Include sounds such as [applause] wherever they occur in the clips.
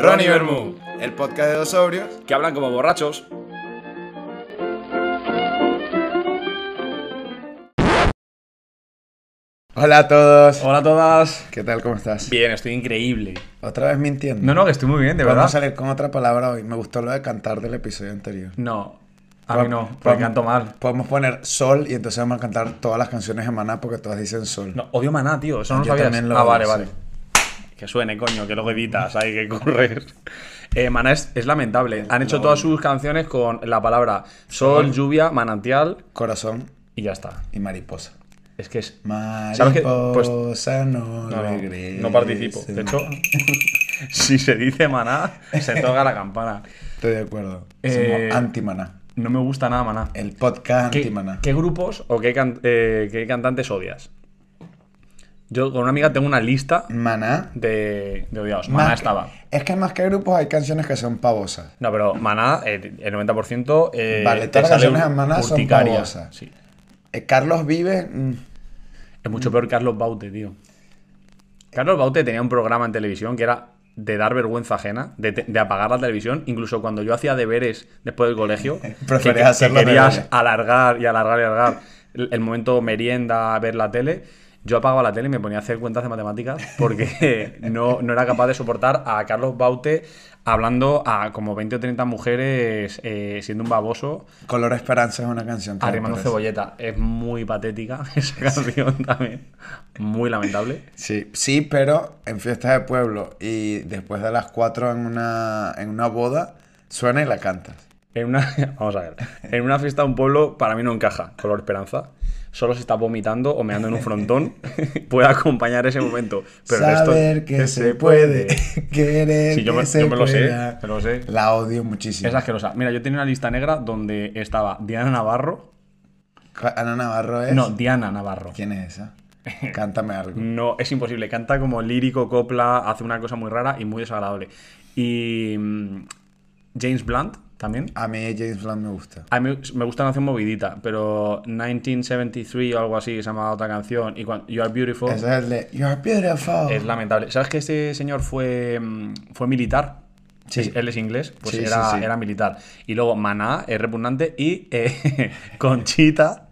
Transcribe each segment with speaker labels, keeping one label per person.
Speaker 1: Ronnie Bermú,
Speaker 2: el podcast de dos sobrios.
Speaker 1: que hablan como borrachos.
Speaker 2: Hola a todos.
Speaker 3: Hola a todas.
Speaker 2: ¿Qué tal? ¿Cómo estás?
Speaker 1: Bien, estoy increíble.
Speaker 2: Otra vez mintiendo.
Speaker 3: No, no, que estoy muy bien, de
Speaker 2: Vamos a
Speaker 3: verdad.
Speaker 2: salir con otra palabra hoy. Me gustó lo de cantar del episodio anterior.
Speaker 3: No, a
Speaker 2: Pa-
Speaker 3: mí no,
Speaker 2: pa-
Speaker 3: porque canto mal.
Speaker 2: Podemos poner sol y entonces vamos a cantar todas las canciones de Maná porque todas dicen sol.
Speaker 3: No, odio maná, tío, eso no lo
Speaker 2: Yo
Speaker 3: sabías.
Speaker 2: también lo
Speaker 3: ah, vale,
Speaker 2: sé.
Speaker 3: vale. Que suene, coño, que luego editas, hay que correr. Eh, maná es, es lamentable. Han hecho todas sus canciones con la palabra sol, lluvia, manantial
Speaker 2: Corazón
Speaker 3: y ya está.
Speaker 2: y mariposa.
Speaker 3: Es que es. ¿Sabes qué? Pues-
Speaker 2: Mariposa no,
Speaker 3: No, no,
Speaker 2: regresa.
Speaker 3: no participo. De [laughs] hecho, si se dice maná, se toca la campana.
Speaker 2: Estoy de acuerdo.
Speaker 3: Eh,
Speaker 2: Somos anti-Maná.
Speaker 3: No me gusta nada maná.
Speaker 2: El podcast
Speaker 3: ¿Qué,
Speaker 2: anti-Maná.
Speaker 3: qué grupos o qué, can- eh, qué cantantes odias? Yo con una amiga tengo una lista
Speaker 2: Maná.
Speaker 3: de, de odiados.
Speaker 2: más
Speaker 3: Maná
Speaker 2: que-
Speaker 3: estaba.
Speaker 2: Es que más que grupos hay canciones que son pavosas.
Speaker 3: No, pero Maná, eh, el 90%. Eh,
Speaker 2: Vale,
Speaker 3: te
Speaker 2: todas las
Speaker 3: sale
Speaker 2: canciones de Maná son
Speaker 3: urticaria.
Speaker 2: babosas.
Speaker 3: Sí.
Speaker 2: Eh, Carlos Vives. mm,
Speaker 3: Es mucho peor Carlos Baute, tío. Carlos Baute tenía un programa en televisión que era de dar vergüenza ajena, de, te- de apagar la televisión. Incluso cuando yo hacía deberes después del colegio,
Speaker 2: [laughs] Preferías
Speaker 3: que- que,
Speaker 2: hacer los
Speaker 3: querías
Speaker 2: deberes.
Speaker 3: alargar y alargar y alargar el, el momento merienda, ver la tele. Yo apagaba la tele y me ponía a hacer cuentas de matemáticas
Speaker 2: [laughs]
Speaker 3: porque no, no era capaz de soportar a Carlos Baute hablando a como 20 o 30 mujeres eh, siendo un baboso.
Speaker 2: Color Esperanza es una canción que me
Speaker 3: Arrimando
Speaker 2: parece.
Speaker 3: cebolleta. Es muy patética [laughs] esa canción también. Muy lamentable.
Speaker 2: Sí, sí, pero en fiestas de pueblo y después de las 4 en una, en una boda, suena y la cantas.
Speaker 3: En una, [laughs] vamos a ver. En una fiesta de un pueblo, para mí no encaja color esperanza. Solo se está vomitando o meando en un frontón. [laughs] puede acompañar ese momento. Pero el resto-
Speaker 2: Saber que se puede, [laughs] querer
Speaker 3: Sí, yo me,
Speaker 2: que se
Speaker 3: yo me lo sé.
Speaker 2: pueda.
Speaker 3: me lo sé.
Speaker 2: La odio muchísimo.
Speaker 3: Es asquerosa. Mira, yo tenía una lista negra donde estaba Diana Navarro.
Speaker 2: Ana Navarro es.
Speaker 3: No, Diana Navarro.
Speaker 2: ¿Quién es
Speaker 3: [laughs]
Speaker 2: esa? Cántame algo.
Speaker 3: No, es imposible. Canta como lírico, copla, hace una cosa muy rara y muy desagradable. Y mm, James Blunt también.
Speaker 2: A mí James Blunt me gusta.
Speaker 3: A mí me gusta la canción movidita, pero 1973 o algo así, que se llama otra canción, y cuando You Are Beautiful,
Speaker 2: Ese es el de You're beautiful.
Speaker 3: es lamentable. ¿Sabes que este señor fue, mm, fue militar?
Speaker 2: Sí.
Speaker 3: Es- Él es inglés, pues
Speaker 2: Sí, sí,
Speaker 3: era,
Speaker 2: sí.
Speaker 3: era militar. Y luego Maná es repugnante y eh, [laughs] Conchita,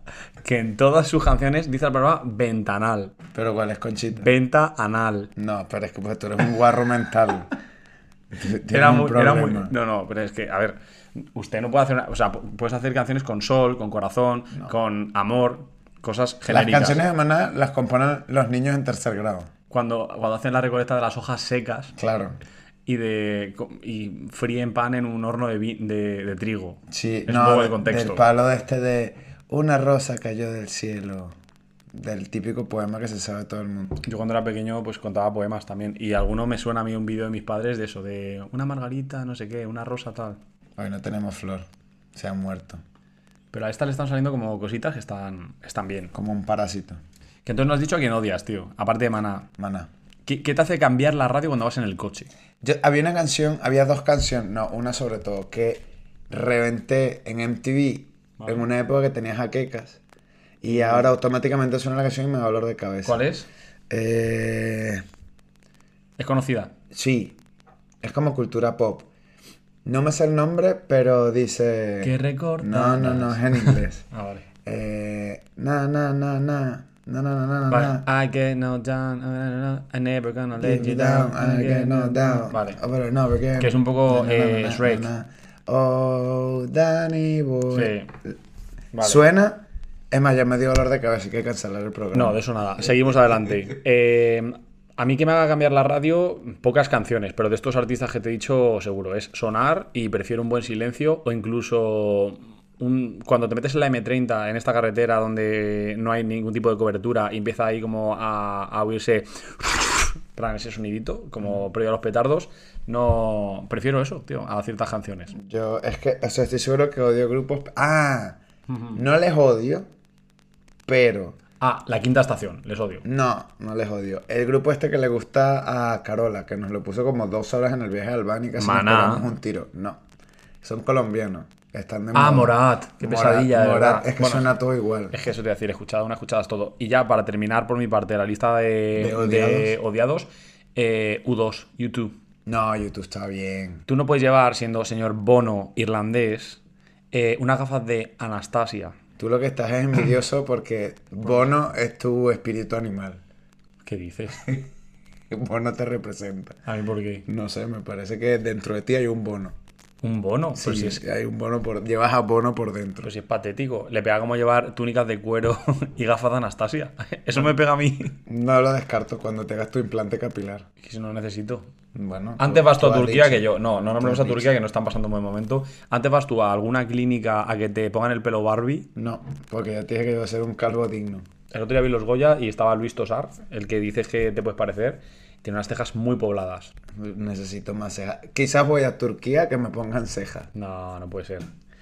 Speaker 3: que en todas sus canciones dice la palabra ventanal.
Speaker 2: Pero ¿cuál es Conchita?
Speaker 3: Venta anal.
Speaker 2: No, pero es que pues, tú eres un guarro
Speaker 3: [laughs]
Speaker 2: mental. T- tienes
Speaker 3: Era
Speaker 2: un
Speaker 3: muy, era muy-
Speaker 2: problema.
Speaker 3: No, no, pero es que, a ver, usted no puede hacer una- O sea, pu- puedes hacer canciones con sol, con corazón, con amor, cosas
Speaker 2: Las
Speaker 3: genéricas.
Speaker 2: canciones de Maná las componen los niños en tercer grado.
Speaker 3: Cuando, cuando hacen la recolecta de las hojas secas
Speaker 2: Claro.
Speaker 3: y de co- y fríen pan en un horno de, vi- de, de trigo.
Speaker 2: Sí,
Speaker 3: es
Speaker 2: no,
Speaker 3: un poco de
Speaker 2: de-
Speaker 3: contexto.
Speaker 2: del palo de este de una rosa cayó del cielo. Del típico poema que se sabe todo el mundo.
Speaker 3: Yo cuando era pequeño pues contaba poemas también y alguno me suena a mí un vídeo de mis padres de eso, de una margarita, no sé qué, una rosa tal.
Speaker 2: Hoy no tenemos flor. Se ha muerto.
Speaker 3: Pero a esta le están saliendo como cositas que están, están bien.
Speaker 2: Como un parásito.
Speaker 3: Que entonces no has dicho a quién odias, tío. Aparte de Maná.
Speaker 2: Maná.
Speaker 3: ¿Qué, qué te hace cambiar la radio cuando vas en el coche?
Speaker 2: Yo- había una canción, había dos canciones, no, una sobre todo, que reventé en MTV en una época que tenía jaquecas. Y ahora automáticamente suena la canción y me da dolor de cabeza.
Speaker 3: ¿Cuál es?
Speaker 2: Eh,
Speaker 3: Es conocida.
Speaker 2: sí, es como cultura pop. No me sé el nombre, pero dice...
Speaker 3: Que recorta
Speaker 2: Eh, No, no, no, es en inglés. [laughs]
Speaker 3: Ah, vale.
Speaker 2: Eh, na, na, na, na, na, na, na, na, na.
Speaker 3: I get no down, I never gonna let
Speaker 2: Give
Speaker 3: you
Speaker 2: me down,
Speaker 3: down,
Speaker 2: I get no down. Oh,
Speaker 3: Vale.
Speaker 2: Over and over again.
Speaker 3: Que es un poco, eh, Shrek.
Speaker 2: Oh, Danny Boy.
Speaker 3: Sí. Vale.
Speaker 2: Suena. Es más, ya me dio dolor de cabeza, hay que cancelar el programa.
Speaker 3: No, de eso nada. Seguimos adelante. Eh, a mí que me haga cambiar la radio, pocas canciones, pero de estos artistas que te he dicho, seguro. Es sonar y prefiero un buen silencio o incluso. un- cuando te metes en la M30 en esta carretera donde no hay ningún tipo de cobertura y empieza ahí como a, a oírse en plan, ese sonidito, como previo a los petardos, no prefiero eso, tío, a ciertas canciones.
Speaker 2: Yo, es que, o sea, estoy seguro que odio grupos. Ah, no les odio, pero.
Speaker 3: Ah, la quinta estación, les odio.
Speaker 2: No, no les odio. El grupo este que le gusta a Carola, que nos lo puso como dos horas en el viaje a Albania y casi nos
Speaker 3: Maná.
Speaker 2: pegamos un tiro. No. Son colombianos. Están de moda.
Speaker 3: Ah, Morat. Qué pesadilla, de
Speaker 2: Morat.
Speaker 3: verdad.
Speaker 2: Es que
Speaker 3: Bueno,
Speaker 2: suena todo igual.
Speaker 3: Es que eso te voy a decir, escuchada una, escuchadas todo. Y ya para terminar por mi parte la lista de,
Speaker 2: De odiados.
Speaker 3: de odiados, eh, U2, YouTube.
Speaker 2: No, YouTube está bien.
Speaker 3: Tú no puedes llevar, siendo señor Bono irlandés, eh, unas gafas de Anastasia.
Speaker 2: Tú lo que estás es envidioso porque Bono es tu espíritu animal. [laughs]
Speaker 3: ¿Qué dices?
Speaker 2: Bono te representa.
Speaker 3: ¿A mí por qué?
Speaker 2: No sé, me parece que dentro de ti hay un bono.
Speaker 3: ¿Un bono?
Speaker 2: Sí,
Speaker 3: Pues si es,
Speaker 2: hay un bono por... Llevas a bono por dentro.
Speaker 3: pues si es patético. Le pega como llevar túnicas de cuero [laughs] y gafas de Anastasia. [laughs] Eso me pega a mí. [laughs]
Speaker 2: No lo descarto cuando te hagas tu implante capilar.
Speaker 3: Que si no necesito.
Speaker 2: Bueno.
Speaker 3: Antes
Speaker 2: pues,
Speaker 3: vas tú a
Speaker 2: has
Speaker 3: Turquía
Speaker 2: dicho.
Speaker 3: que yo. No, no nombremos
Speaker 2: has
Speaker 3: a Turquía que no están pasando un buen momento. Antes vas tú a alguna clínica a que te pongan el pelo Barbie.
Speaker 2: No, porque ya te dije que iba a ser un calvo digno.
Speaker 3: El otro día vi los Goya y estaba Luis Tosar, el que dices que te puedes parecer. Tiene unas cejas muy pobladas.
Speaker 2: Necesito más cejas. Quizás voy a Turquía que me pongan cejas.
Speaker 3: No, no puede ser.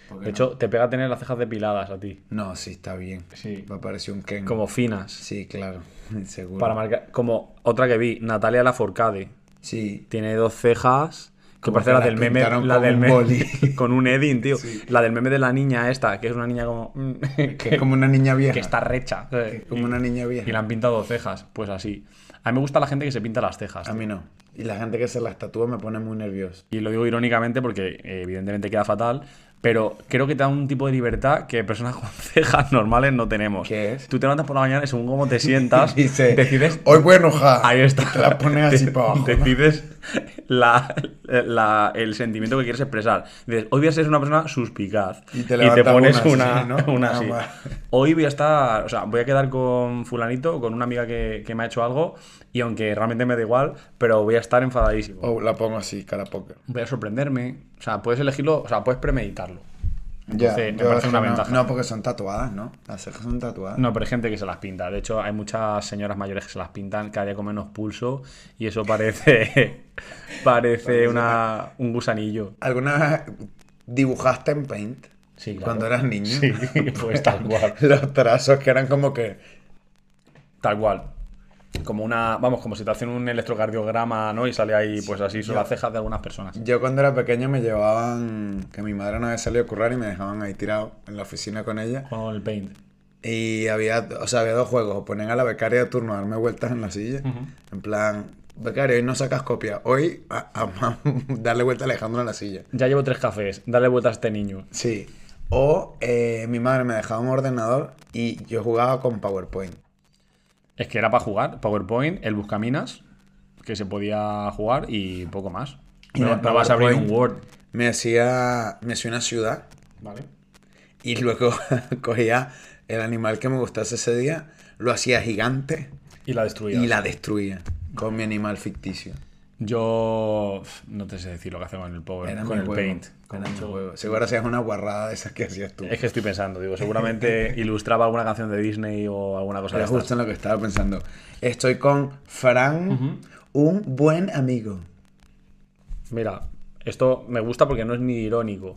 Speaker 2: ¿Por qué
Speaker 3: De hecho, te pega tener las cejas depiladas a ti.
Speaker 2: No, sí, está bien.
Speaker 3: Sí.
Speaker 2: Me pareció un Ken.
Speaker 3: Como finas.
Speaker 2: Sí, claro. [laughs] Seguro.
Speaker 3: Para marcar. Como otra que vi, Natalia Laforcade.
Speaker 2: Sí.
Speaker 3: Tiene dos cejas. Que
Speaker 2: Como
Speaker 3: parece
Speaker 2: que
Speaker 3: la
Speaker 2: las
Speaker 3: del meme.
Speaker 2: pintaron
Speaker 3: La
Speaker 2: con
Speaker 3: del
Speaker 2: un
Speaker 3: meme.
Speaker 2: boli.
Speaker 3: [laughs] Con un Edding, tío.
Speaker 2: Sí.
Speaker 3: La del meme de la niña esta, que es una niña como. [laughs] que,
Speaker 2: Que es como una niña vieja.
Speaker 3: que está recha.
Speaker 2: Como una niña
Speaker 3: Y le
Speaker 2: vieja.
Speaker 3: han pintado cejas, pues así. A mí me gusta la gente que se pinta las cejas.
Speaker 2: A mí no. Y la gente que se las tatúa me pone muy nervioso.
Speaker 3: Y lo digo irónicamente porque eh, evidentemente queda fatal, pero creo que te da un tipo de libertad que personas [laughs] con cejas normales no tenemos.
Speaker 2: ¿Qué es?
Speaker 3: Tú te levantas por la mañana y según cómo
Speaker 2: [laughs]
Speaker 3: te [laughs] sientas,
Speaker 2: Dice,
Speaker 3: decides...
Speaker 2: hoy voy a enojar.
Speaker 3: [laughs] Ahí está.
Speaker 2: Y te la pones
Speaker 3: [laughs]
Speaker 2: así para abajo.
Speaker 3: Decides la- la- el sentimiento que quieres expresar. Dices, hoy voy a ser una persona suspicaz.
Speaker 2: Y te levantas
Speaker 3: pones
Speaker 2: una
Speaker 3: una,
Speaker 2: así, ¿no?
Speaker 3: [laughs]
Speaker 2: Ah,
Speaker 3: una
Speaker 2: Nada
Speaker 3: así.
Speaker 2: más.
Speaker 3: Hoy voy a estar, o sea, voy a quedar con fulanito, con una amiga que, que me ha hecho algo, y aunque realmente me da igual, pero voy a estar enfadadísimo
Speaker 2: O la pongo así, cara poker.
Speaker 3: voy a sorprenderme. O sea, puedes elegirlo, o sea, puedes premeditarlo.
Speaker 2: Ya,
Speaker 3: Entonces, me
Speaker 2: yo
Speaker 3: parece
Speaker 2: es
Speaker 3: una
Speaker 2: que no-
Speaker 3: ventaja.
Speaker 2: No, porque son tatuadas, ¿no? Las cejas son tatuadas.
Speaker 3: No, pero hay gente que se las pinta. De hecho, hay muchas señoras mayores que se las pintan cada día con menos pulso y eso parece [laughs] parece una, un gusanillo.
Speaker 2: ¿Alguna vez dibujaste en Paint?
Speaker 3: Sí, claro.
Speaker 2: Cuando eras niño.
Speaker 3: Sí, [laughs] pues tal cual.
Speaker 2: [laughs] Los trazos que eran como que.
Speaker 3: Tal cual. Como una, vamos, como si te hacen un electrocardiograma, ¿no? Y sale ahí, pues así, son las cejas de algunas personas.
Speaker 2: Yo cuando era pequeño me llevaban. Que mi madre no había salido a currar y me dejaban ahí tirado en la oficina con ella.
Speaker 3: Con el paint.
Speaker 2: Y había, o sea, había dos juegos. O ponían a la becaria de turno a darme vueltas en la silla. En plan, becaria, hoy no sacas copia. Hoy a, a- [laughs] darle vuelta a Alejandro en la silla.
Speaker 3: Ya llevo tres cafés, dale vueltas a este niño.
Speaker 2: Sí. O eh, mi madre me dejaba un ordenador y yo jugaba con PowerPoint.
Speaker 3: Es que era para jugar, PowerPoint, el Buscaminas, que se podía jugar y poco más.
Speaker 2: Y
Speaker 3: no
Speaker 2: en el
Speaker 3: no vas a abrir un
Speaker 2: PowerPoint-
Speaker 3: Word.
Speaker 2: Me hacía, me hacía una ciudad
Speaker 3: Vale.
Speaker 2: y luego [laughs] cogía el animal que me gustase ese día, lo hacía gigante
Speaker 3: Y la destruías.
Speaker 2: y la destruía con mi animal ficticio.
Speaker 3: Yo pf, no te sé decir lo que hacemos en el Power,
Speaker 2: Era
Speaker 3: con
Speaker 2: mi
Speaker 3: el
Speaker 2: juego,
Speaker 3: Paint.
Speaker 2: era
Speaker 3: con
Speaker 2: mi
Speaker 3: mucho-
Speaker 2: juego. Seguro hacías una guarrada de esas que hacías tú.
Speaker 3: Es que estoy pensando,
Speaker 2: [laughs]
Speaker 3: digo, seguramente ilustraba alguna canción de Disney o alguna cosa de
Speaker 2: Era
Speaker 3: estas.
Speaker 2: justo en lo que estaba pensando. Estoy con Fran, un buen amigo.
Speaker 3: Mira, esto me gusta porque no es ni irónico.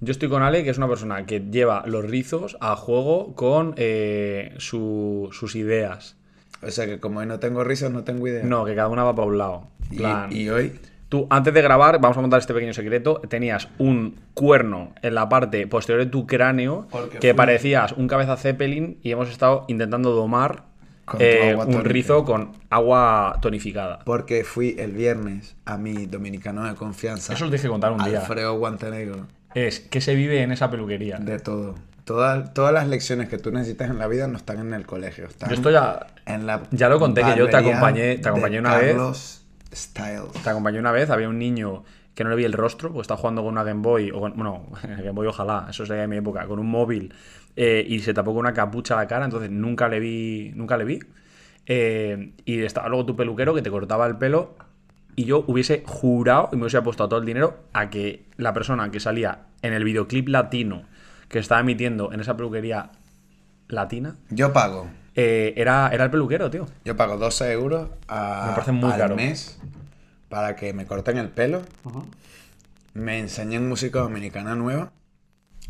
Speaker 3: Yo estoy con Ale, que es una persona que lleva los rizos a juego con eh, su- sus ideas.
Speaker 2: O sea que como hoy no tengo risas, no tengo idea.
Speaker 3: No, que cada una va para un lado. En
Speaker 2: Y-
Speaker 3: plan-
Speaker 2: y hoy
Speaker 3: Tú, antes de grabar, vamos a contar este pequeño secreto, tenías un cuerno en la parte posterior de tu cráneo
Speaker 2: Porque
Speaker 3: que
Speaker 2: fui-
Speaker 3: parecías un cabeza zeppelin y hemos estado intentando domar
Speaker 2: Con tu
Speaker 3: eh,
Speaker 2: agua
Speaker 3: un
Speaker 2: tónica.
Speaker 3: rizo con agua tonificada.
Speaker 2: Porque fui el viernes a mi dominicano de confianza.
Speaker 3: Eso os dije contar un día.
Speaker 2: Alfredo Guantanegro.
Speaker 3: Es que se vive en esa peluquería.
Speaker 2: De todo. Todas, todas las lecciones que tú necesitas en la vida no están en el colegio. Están
Speaker 3: Yo estoy ya,
Speaker 2: en la
Speaker 3: ya lo conté, que yo te
Speaker 2: barbería
Speaker 3: acompañé- te
Speaker 2: de
Speaker 3: acompañé una vez.
Speaker 2: Carlos Styles.
Speaker 3: te acompañé una vez, había un niño que no le vi el rostro, porque estaba jugando con una Game Boy, o con, bueno, [laughs] Game Boy ojalá, eso sería de mi época, con un móvil eh, y se tapó con una capucha la cara, entonces nunca le vi, nunca le vi. Eh, y estaba luego tu peluquero que te cortaba el pelo y yo hubiese jurado y me hubiese apostado todo el dinero a que la persona que salía en el videoclip latino que estaba emitiendo en esa peluquería latina
Speaker 2: Yo pago.
Speaker 3: eh, era, era el peluquero, tío.
Speaker 2: Yo pago 12 euros a-
Speaker 3: Me parece muy
Speaker 2: al
Speaker 3: caro.
Speaker 2: mes para que me corten el pelo. Me enseñen música dominicana nueva.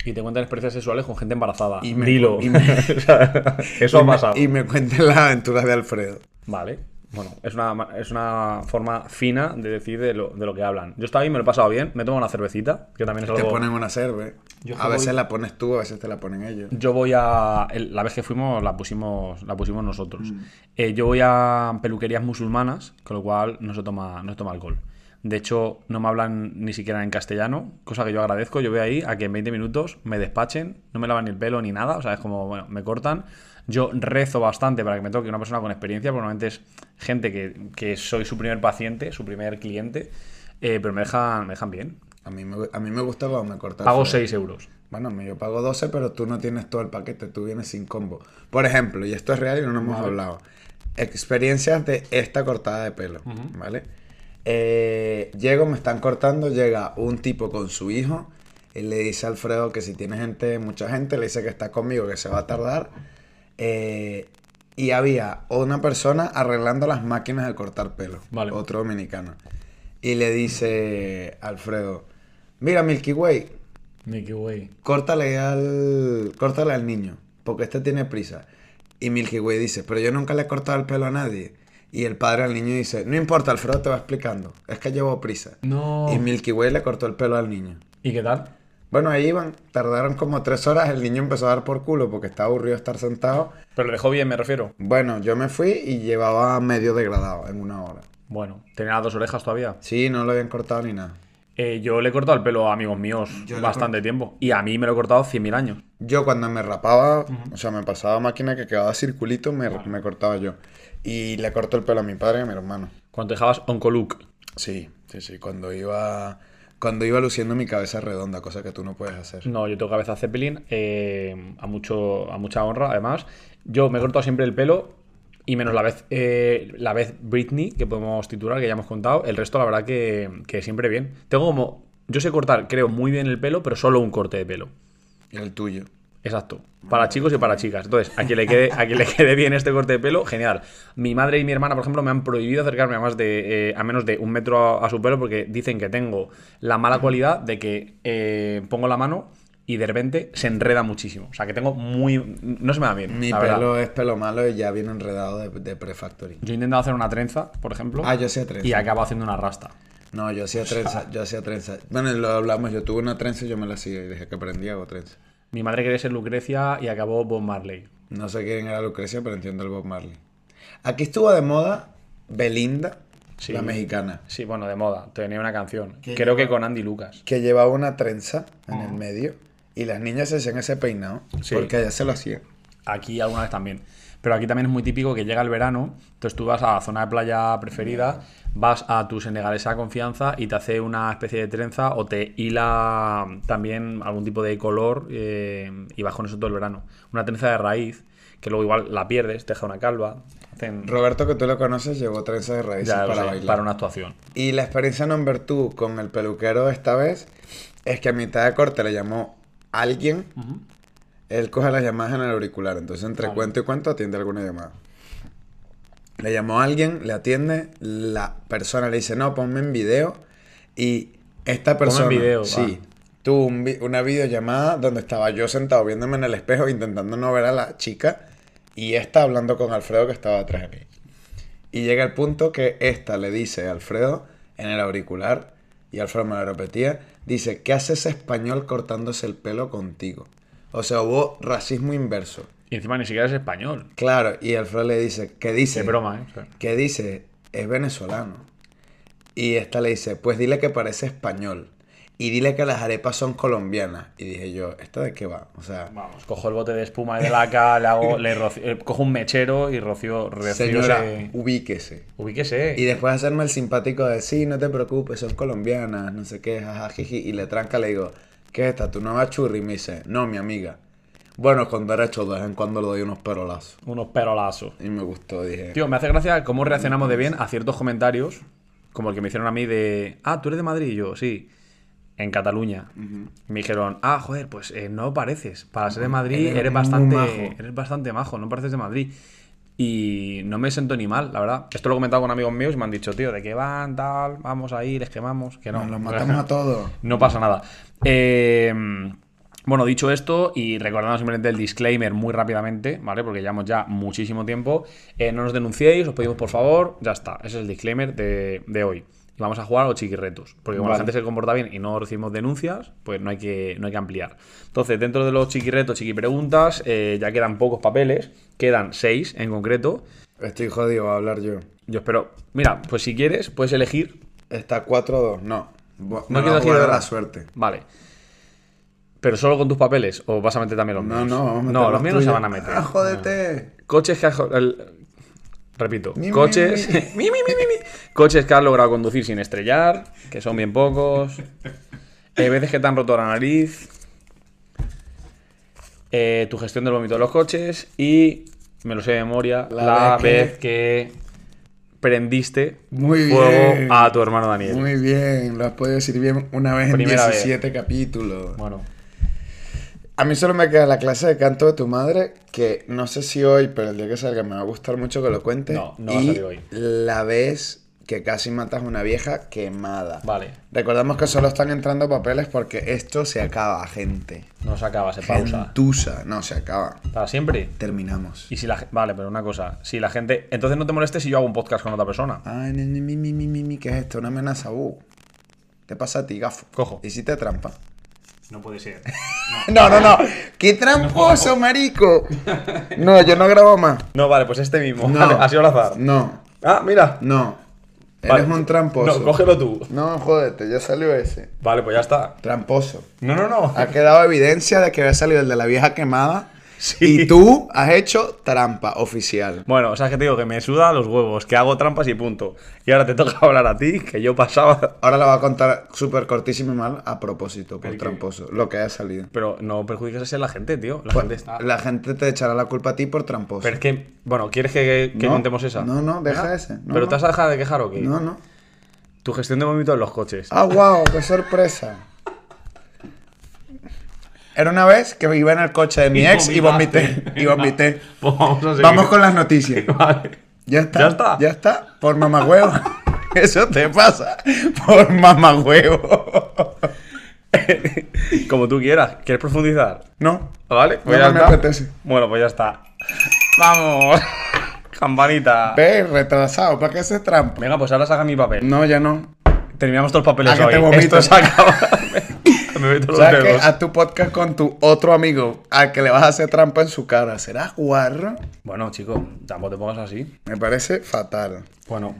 Speaker 3: Y te cuentan experiencias sexuales con gente embarazada.
Speaker 2: Y me-
Speaker 3: Dilo.
Speaker 2: y me-
Speaker 3: [laughs] O sea, eso
Speaker 2: Y
Speaker 3: ha
Speaker 2: me-
Speaker 3: pasado.
Speaker 2: Y me cuenten las aventuras de Alfredo.
Speaker 3: Vale. Bueno, es una, ma- es una forma fina de decir de lo, de lo que hablan. Yo estaba ahí, me lo he pasado bien, me he tomado una cervecita, que también es
Speaker 2: Te
Speaker 3: algo...
Speaker 2: ponen una cerve.
Speaker 3: Yo
Speaker 2: A
Speaker 3: voy-
Speaker 2: veces la pones tú, a veces te la ponen ellos.
Speaker 3: Yo voy a... el- la vez que fuimos la pusimos, la pusimos nosotros. Eh, yo voy a peluquerías musulmanas, con lo cual no se toma, no se toma alcohol. De hecho, no me hablan ni siquiera en castellano, cosa que yo agradezco. Yo veo ahí a que en 20 minutos me despachen, no me lavan ni el pelo ni nada, o sea, es como, bueno, me cortan. Yo rezo bastante para que me toque una persona con experiencia, porque normalmente es gente que, que soy su primer paciente, su primer cliente, eh, pero me dejan, me dejan bien.
Speaker 2: A mí me, a mí me gusta cuando me cortas.
Speaker 3: Pago 6 euros.
Speaker 2: Bueno, me- yo pago 12, pero tú no tienes todo el paquete, tú vienes sin combo. Por ejemplo, y esto es real y no nos hemos hablado. Experiencias de esta cortada de pelo, ¿vale? Eh, llego, me están cortando, llega un tipo con su hijo y le dice a Alfredo que si tiene gente, mucha gente, le dice que está conmigo, que se va a tardar. Eh, y había una persona arreglando las máquinas de cortar pelo,
Speaker 3: Vale.
Speaker 2: otro dominicano. Y le dice Alfredo, mira Milky Way,
Speaker 3: Mickey Way.
Speaker 2: córtale al, córtale al niño, porque este tiene prisa. Y Milky Way dice, pero yo nunca le he cortado el pelo a nadie. Y el padre al niño dice, no importa, Alfredo te va explicando, es que llevo prisa.
Speaker 3: No.
Speaker 2: Y Milky Way le cortó el pelo al niño.
Speaker 3: ¿Y qué tal?
Speaker 2: Bueno, ahí iban, tardaron como tres horas, el niño empezó a dar por culo porque estaba aburrido estar sentado.
Speaker 3: Pero lo dejó bien, me refiero.
Speaker 2: Bueno, yo me fui y llevaba medio degradado en una hora.
Speaker 3: Bueno, tenía las dos orejas todavía.
Speaker 2: Sí, no lo habían cortado ni nada.
Speaker 3: Eh, yo le he cortado el pelo a amigos míos
Speaker 2: Yo le he
Speaker 3: bastante tiempo. Y a mí me lo he cortado 100.000 años.
Speaker 2: Yo cuando me rapaba, o sea, me pasaba máquina que quedaba circulito, me, me cortaba yo. Y le corto el pelo a mi padre y a mi hermano.
Speaker 3: Cuando dejabas Oncolook.
Speaker 2: Sí, sí, sí. Cuando iba, cuando iba luciendo mi cabeza redonda, cosa que tú no puedes hacer.
Speaker 3: No, yo tengo cabeza Zeppelin, eh, a, mucho, a mucha honra, además. Yo me he cortado siempre el pelo, y menos la vez, eh, la vez Britney, que podemos titular, que ya hemos contado. El resto, la verdad, que, que siempre bien. Tengo como. Yo sé cortar, creo, muy bien el pelo, pero solo un corte de pelo.
Speaker 2: Y el tuyo.
Speaker 3: Exacto. Para chicos y para chicas. Entonces, a quien, le quede, a quien le quede bien este corte de pelo, genial. Mi madre y mi hermana, por ejemplo, me han prohibido acercarme a, más de, eh, a menos de un metro a, a su pelo porque dicen que tengo la mala cualidad de que eh, pongo la mano y de repente se enreda muchísimo. O sea, que tengo muy... No se me da bien.
Speaker 2: Mi
Speaker 3: la verdad.
Speaker 2: pelo es pelo malo y ya viene enredado de, de prefactory.
Speaker 3: Yo he intentado hacer una trenza, por ejemplo.
Speaker 2: Ah, yo hacía trenza.
Speaker 3: Y acabo haciendo una rasta.
Speaker 2: No, yo hacía trenza, yo hacía trenza. Bueno, lo hablamos, yo tuve una trenza y yo me la hacía y dije que aprendí hago trenza.
Speaker 3: Mi madre quería ser Lucrecia y acabó Bob Marley.
Speaker 2: No sé quién era Lucrecia, pero entiendo el Bob Marley. Aquí estuvo de moda Belinda,
Speaker 3: Sí.
Speaker 2: la mexicana,
Speaker 3: Sí, bueno, de moda. Tenía una canción.
Speaker 2: ¿Qué
Speaker 3: Creo que
Speaker 2: lleva?
Speaker 3: con Andy Lucas.
Speaker 2: que llevaba una trenza en el medio y las niñas se hacían ese peinado
Speaker 3: Sí.
Speaker 2: porque allá se lo hacían.
Speaker 3: Aquí alguna vez también. Pero aquí también es muy típico que llega el verano, entonces tú vas a la zona de playa preferida, vas a tu senegalesa a confianza y te hace una especie de trenza o te hila también algún tipo de color eh, y vas con eso todo el verano. Una trenza de raíz, que luego igual la pierdes, te deja una calva, hacen
Speaker 2: Roberto, que tú lo conoces, llevó trenza de raíces
Speaker 3: ya lo
Speaker 2: para
Speaker 3: sé,
Speaker 2: bailar.
Speaker 3: para una actuación.
Speaker 2: Y la experiencia number two con el peluquero esta vez es que a mitad de corte le llamó alguien, él coge las llamadas en el auricular, entonces entre cuento y cuento atiende alguna llamada. Le llamó a alguien, le atiende, la persona le dice, no, ponme en video. Y esta persona,
Speaker 3: video,
Speaker 2: sí, tuvo un vi- una videollamada donde estaba yo sentado viéndome en el espejo intentando no ver a la chica y esta hablando con Alfredo que estaba atrás de mí. Y llega el punto que esta le dice a Alfredo en el auricular, y Alfredo me lo repetía, dice, ¿qué hace ese español cortándose el pelo contigo? O sea, hubo racismo inverso.
Speaker 3: Y encima ni siquiera es español.
Speaker 2: Claro, y Alfredo le dice, ¿qué dice?
Speaker 3: Qué broma, ¿eh? O sea,
Speaker 2: Que dice, es venezolano. Y esta le dice, pues dile que parece español. Y dile que las arepas son colombianas. Y dije yo, ¿esta de qué va? O sea,
Speaker 3: Vamos, cojo el bote de espuma y de laca, le hago, le rocio- eh, cojo un mechero y rocío, rocío
Speaker 2: señora,
Speaker 3: ese-
Speaker 2: ubíquese.
Speaker 3: Ubíquese.
Speaker 2: Y después hacerme el simpático de, sí, no te preocupes, son colombianas, no sé qué, jaja, jiji. Y le tranca, le digo, ¿qué es esta? ¿Tu nueva churri? Y me dice, no, mi amiga. Bueno, con derecho, de vez en cuando le doy unos perolazos.
Speaker 3: Unos perolazos.
Speaker 2: Y me gustó, dije.
Speaker 3: Tío, me hace gracia cómo reaccionamos de bien a ciertos comentarios, como el que me hicieron a mí de, ah, tú eres de Madrid y yo, sí, en Cataluña. Me dijeron, ah, joder, pues eh, no pareces, para ser de Madrid
Speaker 2: Eres
Speaker 3: eres,
Speaker 2: muy
Speaker 3: bastante
Speaker 2: majo.
Speaker 3: eres bastante majo, no pareces de Madrid. Y no me siento ni mal, la verdad. Esto lo he comentado con amigos míos y me han dicho, tío, de qué van, tal, vamos a ir, les quemamos, que no.
Speaker 2: Nos los matamos a todos.
Speaker 3: No pasa nada. Eh, bueno, dicho esto, y recordando simplemente el disclaimer muy rápidamente, ¿vale? Porque llevamos ya muchísimo tiempo. Eh, no nos denunciéis, os pedimos por favor, ya está. Ese es el disclaimer de, de hoy. Y vamos a jugar a los chiquirretos. Porque como la
Speaker 2: Vale.
Speaker 3: gente se comporta bien y no recibimos denuncias, pues no hay que, no hay que ampliar. Entonces, dentro de los chiquirretos, chiquipreguntas, eh, ya quedan pocos papeles. Quedan seis en concreto.
Speaker 2: Estoy jodido, voy a hablar yo.
Speaker 3: Yo espero. Mira, pues si quieres, puedes elegir
Speaker 2: Está 4-2. No. Bo-
Speaker 3: No
Speaker 2: me
Speaker 3: quiero
Speaker 2: la
Speaker 3: decir
Speaker 2: juego de
Speaker 3: nada.
Speaker 2: la suerte.
Speaker 3: Vale. ¿Pero solo con tus papeles? ¿O vas a meter también los
Speaker 2: No,
Speaker 3: míos?
Speaker 2: no, vamos a meter
Speaker 3: No, los míos no se
Speaker 2: tuyos.
Speaker 3: van a meter.
Speaker 2: Ah, jódete.
Speaker 3: Coches que has... el- Repito,
Speaker 2: Mi, mi,
Speaker 3: coches...
Speaker 2: mi.
Speaker 3: [laughs] Mi, mi, mi, mi, mi. Coches que has logrado conducir sin estrellar, que son
Speaker 2: [laughs]
Speaker 3: bien pocos. Eh, veces que te han roto la nariz. Eh, tu gestión del vómito de los coches. Y, me lo sé de memoria, la,
Speaker 2: La
Speaker 3: vez
Speaker 2: vez
Speaker 3: que... prendiste
Speaker 2: Muy
Speaker 3: fuego
Speaker 2: bien.
Speaker 3: a tu hermano Daniel.
Speaker 2: Muy bien, lo has podido decir bien una vez en
Speaker 3: Primera vez.
Speaker 2: 17 capítulos.
Speaker 3: Bueno,
Speaker 2: A mí solo me queda la clase de canto de tu madre, que no sé si hoy, pero el día que salga me va a gustar mucho que lo cuente.
Speaker 3: No, no
Speaker 2: y
Speaker 3: va a salir hoy.
Speaker 2: La vez que casi matas a una vieja quemada.
Speaker 3: vale.
Speaker 2: Recordamos que solo están entrando papeles porque esto se acaba, gente.
Speaker 3: No se acaba, se pausa.
Speaker 2: Gentuza. No, se acaba.
Speaker 3: Para siempre.
Speaker 2: Terminamos.
Speaker 3: Y si la ge- vale, pero una cosa, si la gente, entonces no te molestes si yo hago un podcast con otra persona.
Speaker 2: Ay, ni, ni, mi, mi, mi, mi, mi, ¿qué es esto? Una amenaza, uh. Te pasa a ti, gafo.
Speaker 3: Cojo.
Speaker 2: Y si te trampa.
Speaker 4: No puede ser.
Speaker 2: No, no, no. ¡Qué tramposo, marico! No, yo no grabo más.
Speaker 3: [laughs] No, vale, pues este mismo.
Speaker 2: No.
Speaker 3: [laughs] Vale, ha sido al azar.
Speaker 2: No,
Speaker 3: Ah, mira.
Speaker 2: no.
Speaker 3: Vale.
Speaker 2: Eres un tramposo.
Speaker 3: No, [laughs] cógelo tú.
Speaker 2: No, jódete, ya salió ese.
Speaker 3: Vale, pues ya está.
Speaker 2: Tramposo.
Speaker 3: No, no, no.
Speaker 2: Ha quedado evidencia de que había salido el de la vieja quemada.
Speaker 3: Sí.
Speaker 2: Y tú has hecho trampa oficial.
Speaker 3: Bueno, o sea, que te digo que me suda los huevos, que hago trampas y punto. Y ahora te toca [laughs] hablar a ti, que yo pasaba,
Speaker 2: Ahora la va a contar súper cortísimo y mal a propósito, por
Speaker 4: ¿El qué?
Speaker 2: tramposo, lo que haya salido.
Speaker 3: pero no perjudiques así a la gente, tío. La
Speaker 2: Pues,
Speaker 3: gente está
Speaker 2: la gente te echará la culpa a ti por tramposo.
Speaker 3: Pero es que, bueno, ¿quieres que, que
Speaker 2: No,
Speaker 3: contemos esa?
Speaker 2: no, no, deja
Speaker 3: Venga.
Speaker 2: ese, no,
Speaker 3: ¿Pero
Speaker 2: no.
Speaker 3: te has dejado de quejar o qué?
Speaker 2: No, no.
Speaker 3: Tu gestión de vómito en los coches.
Speaker 2: Ah, wow, qué sorpresa. Era una vez que iba en el coche de mi ex y vomité.
Speaker 4: vomitaste.
Speaker 2: Y
Speaker 3: [laughs]
Speaker 2: vomité.
Speaker 4: Pues vamos a seguir.
Speaker 2: Vamos con las noticias.
Speaker 4: Vale.
Speaker 2: Ya está.
Speaker 3: Ya está.
Speaker 2: Ya está. Por mamagüevo. [laughs] Eso te pasa. Por mamagüevo.
Speaker 3: [laughs] Como tú quieras. ¿Quieres profundizar?
Speaker 2: [laughs] No.
Speaker 3: Vale, pues
Speaker 2: No,
Speaker 3: ya
Speaker 2: no me
Speaker 3: está.
Speaker 2: apetece.
Speaker 3: Bueno, pues ya está. Vamos. [laughs] Campanita.
Speaker 2: Ve, retrasado. ¿Para qué haces trampa?
Speaker 3: Venga, pues ahora saca mi papel.
Speaker 2: No, ya no.
Speaker 3: Terminamos todos los papeles
Speaker 2: Ah, que
Speaker 3: hoy.
Speaker 2: te vomito. Ah.
Speaker 3: Esto se acaba. [laughs] Me meto
Speaker 2: O
Speaker 3: [laughs] los
Speaker 2: sea, que
Speaker 3: dedos.
Speaker 2: haz tu podcast con tu otro amigo al que le vas a hacer trampa en su cara. ¿Serás guarro?
Speaker 3: Bueno, chico, tampoco te pongas así.
Speaker 2: Me parece fatal.
Speaker 3: Bueno.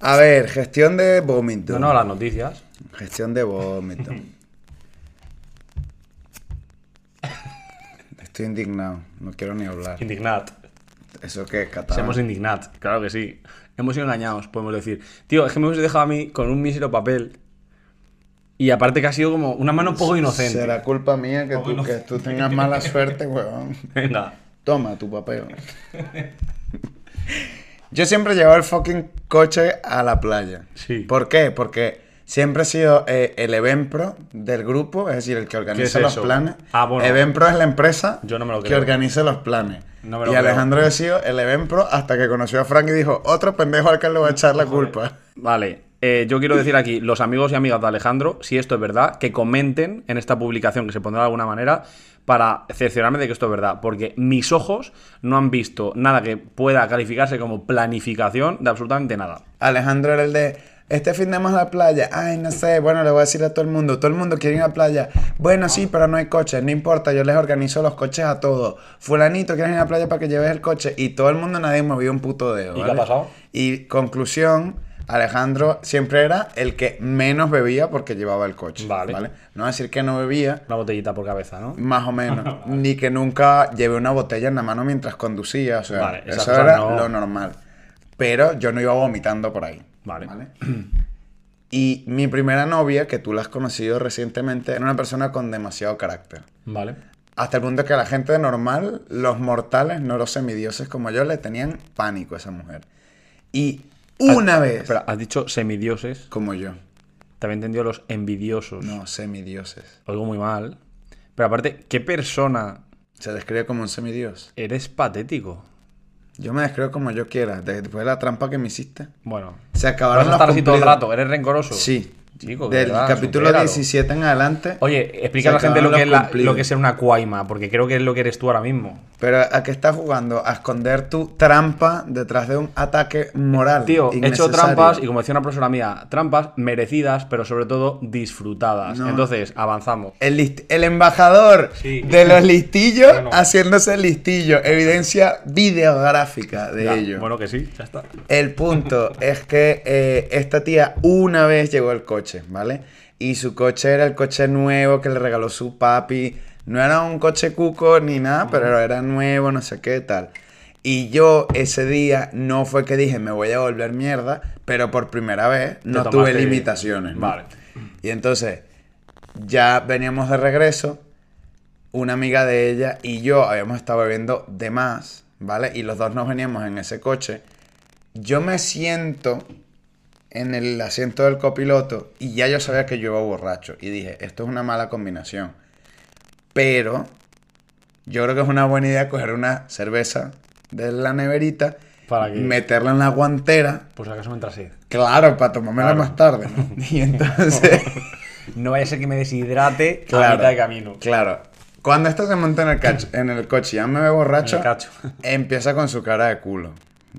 Speaker 2: A ver, gestión de vómito.
Speaker 3: No, no, las noticias.
Speaker 2: Gestión de
Speaker 3: [laughs]
Speaker 2: vómito. Estoy indignado, no quiero ni hablar.
Speaker 3: Indignat.
Speaker 2: ¿Eso qué es,
Speaker 3: Seamos
Speaker 2: catalán?
Speaker 3: indignat. Claro que sí. Hemos sido engañados, podemos decir. Tío, es que me hubiese dejado a mí con un mísero papel. Y aparte que ha sido como una mano poco inocente.
Speaker 2: Será culpa mía que tú, que tú tengas mala suerte, weón.
Speaker 3: Venga.
Speaker 2: Toma tu papel. Yo siempre llevo el fucking coche a la playa.
Speaker 3: Sí.
Speaker 2: ¿Por qué? Porque siempre he sido eh, el Evenpro del grupo, es decir, el que organiza
Speaker 3: es
Speaker 2: los
Speaker 3: eso?
Speaker 2: planes.
Speaker 3: Ah, bueno.
Speaker 2: Evenpro es la empresa
Speaker 3: Yo no me lo
Speaker 2: que
Speaker 3: creo.
Speaker 2: organiza los planes.
Speaker 3: No me lo
Speaker 2: y
Speaker 3: creo.
Speaker 2: Alejandro ha sido el Evenpro hasta que conoció a Frank y dijo, otro pendejo al que le voy a echar la culpa.
Speaker 3: Vale, eh, yo quiero decir aquí, los amigos y amigas de Alejandro, si esto es verdad, que comenten en esta publicación que se pondrá de alguna manera para cerciorarme de que esto es verdad, porque mis ojos no han visto nada que pueda calificarse como planificación de absolutamente nada.
Speaker 2: Alejandro era el de, este fin de semana a la playa, ay, no sé, bueno, le voy a decir a todo el mundo, todo el mundo quiere ir a la playa, bueno, sí, pero no hay coches, no importa, yo les organizo los coches a todos, fulanito, ¿quieres ir a la playa para que lleves el coche? Y todo el mundo, nadie movió un puto dedo.
Speaker 3: ¿Y qué
Speaker 2: ¿vale?
Speaker 3: ha pasado?
Speaker 2: Y conclusión, Alejandro siempre era el que menos bebía porque llevaba el coche.
Speaker 3: Vale.
Speaker 2: No decir que no bebía,
Speaker 3: Una botellita por cabeza, ¿no?
Speaker 2: más
Speaker 3: [laughs]
Speaker 2: o menos. Ni que nunca llevé una botella en la mano mientras conducía. O sea,
Speaker 3: Vale, esas
Speaker 2: eso
Speaker 3: cosas
Speaker 2: era
Speaker 3: no.
Speaker 2: lo normal. Pero yo no iba vomitando por ahí.
Speaker 3: Vale.
Speaker 2: Y mi primera novia, que tú la has conocido recientemente, era una persona con demasiado carácter.
Speaker 3: Vale.
Speaker 2: Hasta el punto que la gente normal, los mortales, no los semidioses como yo, le tenían pánico a esa mujer. Y
Speaker 3: Ah,
Speaker 2: una vez,
Speaker 3: Espera, has dicho semidioses,
Speaker 2: como yo,
Speaker 3: también entendido los envidiosos.
Speaker 2: no, semidioses.
Speaker 3: Oigo muy mal. Pero aparte, ¿qué persona
Speaker 2: Se describe como un semidios.
Speaker 3: eres patético?
Speaker 2: Yo me describo como yo quiera, después de la trampa que me hiciste.
Speaker 3: Bueno,
Speaker 2: Se acabaron
Speaker 3: vas a estar
Speaker 2: los
Speaker 3: así todo el
Speaker 2: cumplidos.
Speaker 3: rato, eres rencoroso.
Speaker 2: Sí,
Speaker 3: Chico,
Speaker 2: Del
Speaker 3: ¿verdad?
Speaker 2: capítulo
Speaker 3: Supéralo.
Speaker 2: 17 en adelante.
Speaker 3: Oye, explica a
Speaker 2: se
Speaker 3: la gente lo
Speaker 2: acabaron
Speaker 3: que, es
Speaker 2: los
Speaker 3: la-
Speaker 2: cumplidos.
Speaker 3: lo que es ser una cuaima, porque creo que es lo que eres tú ahora mismo.
Speaker 2: Pero ¿a qué estás jugando? A esconder tu trampa detrás de un ataque moral.
Speaker 3: Tío, he hecho
Speaker 2: Mm, innecesario.
Speaker 3: trampas y como decía una profesora mía, trampas merecidas, pero sobre todo disfrutadas.
Speaker 2: No.
Speaker 3: Entonces, avanzamos.
Speaker 2: El, list- el embajador
Speaker 4: Sí.
Speaker 2: de los listillos
Speaker 4: Bueno.
Speaker 2: haciéndose listillo. Evidencia videográfica de
Speaker 3: Ya,
Speaker 2: ello.
Speaker 3: Bueno, que sí, ya está.
Speaker 2: El punto es que eh, esta tía una vez llegó al coche, ¿vale? Y su coche era el coche nuevo que le regaló su papi. No era un coche cuco ni nada, pero era nuevo, no sé qué tal. Y yo ese día no fue que dije me voy a volver mierda, pero por primera vez no tuve
Speaker 3: tomaste-
Speaker 2: limitaciones. ¿no?
Speaker 3: Vale.
Speaker 2: Y entonces ya veníamos de regreso una amiga de ella y yo habíamos estado bebiendo de más, ¿vale? Y los dos nos veníamos en ese coche. Yo me siento en el asiento del copiloto y ya yo sabía que yo iba borracho. Y dije, esto es una mala combinación. Pero yo creo que es una buena idea coger una cerveza de la neverita,
Speaker 3: ¿Para qué?
Speaker 2: meterla en la guantera.
Speaker 3: Pues acaso me entra sed.
Speaker 2: Claro, para tomármela más tarde.
Speaker 3: [laughs]
Speaker 2: ¿no? Y entonces...
Speaker 3: No vaya a ser que me deshidrate a mitad de camino.
Speaker 2: Claro. Cuando esta se monta en el, cach- en el coche y ya me ve borracho,
Speaker 3: En el cacho.
Speaker 2: [laughs] empieza con su cara de culo.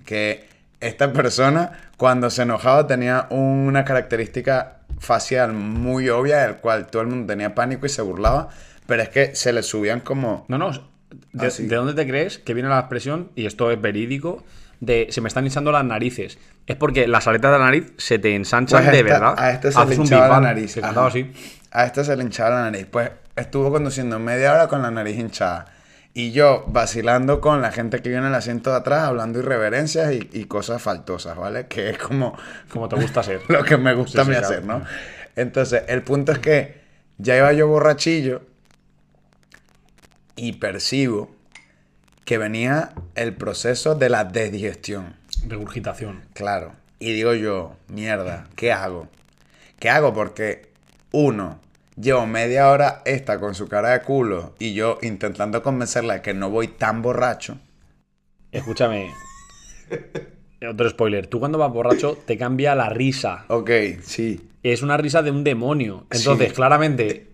Speaker 2: Que esta persona, cuando se enojaba, tenía una característica facial muy obvia, del cual todo el mundo tenía pánico y se burlaba. Pero es que se le subían como.
Speaker 3: No, no. ¿De,
Speaker 2: Ah, sí.
Speaker 3: de dónde te crees que viene la expresión, y esto es verídico, de se me están hinchando las narices? Es porque las aletas de la nariz se te ensanchan
Speaker 2: Pues
Speaker 3: de
Speaker 2: esta-
Speaker 3: verdad.
Speaker 2: A este se
Speaker 3: Haces
Speaker 2: le
Speaker 3: un
Speaker 2: hinchaba
Speaker 3: Big
Speaker 2: la
Speaker 3: Bang,
Speaker 2: nariz.
Speaker 3: que
Speaker 2: ajá.
Speaker 3: cantaba así.
Speaker 2: A este se le hinchaba la nariz. Pues estuvo conduciendo media hora con la nariz hinchada. Y yo vacilando con la gente que viene en el asiento de atrás, hablando irreverencias y, y cosas faltosas, ¿vale? Que es como [laughs]
Speaker 3: Como te gusta ser.
Speaker 2: lo que me gusta
Speaker 3: Sí,
Speaker 2: a
Speaker 3: sí,
Speaker 2: mí
Speaker 3: claro.
Speaker 2: hacer, ¿no? Entonces, el punto es que ya iba yo borrachillo y percibo que venía el proceso de la desdigestión.
Speaker 3: Regurgitación.
Speaker 2: Claro. Y digo yo, mierda, ¿qué hago? ¿Qué hago? Porque, uno, llevo media hora esta con su cara de culo y yo intentando convencerla de que no voy tan borracho.
Speaker 3: Escúchame. Otro spoiler. Tú cuando vas borracho te cambia la risa.
Speaker 2: Ok, sí.
Speaker 3: Es una risa de un demonio. Entonces,
Speaker 2: Sí.
Speaker 3: claramente,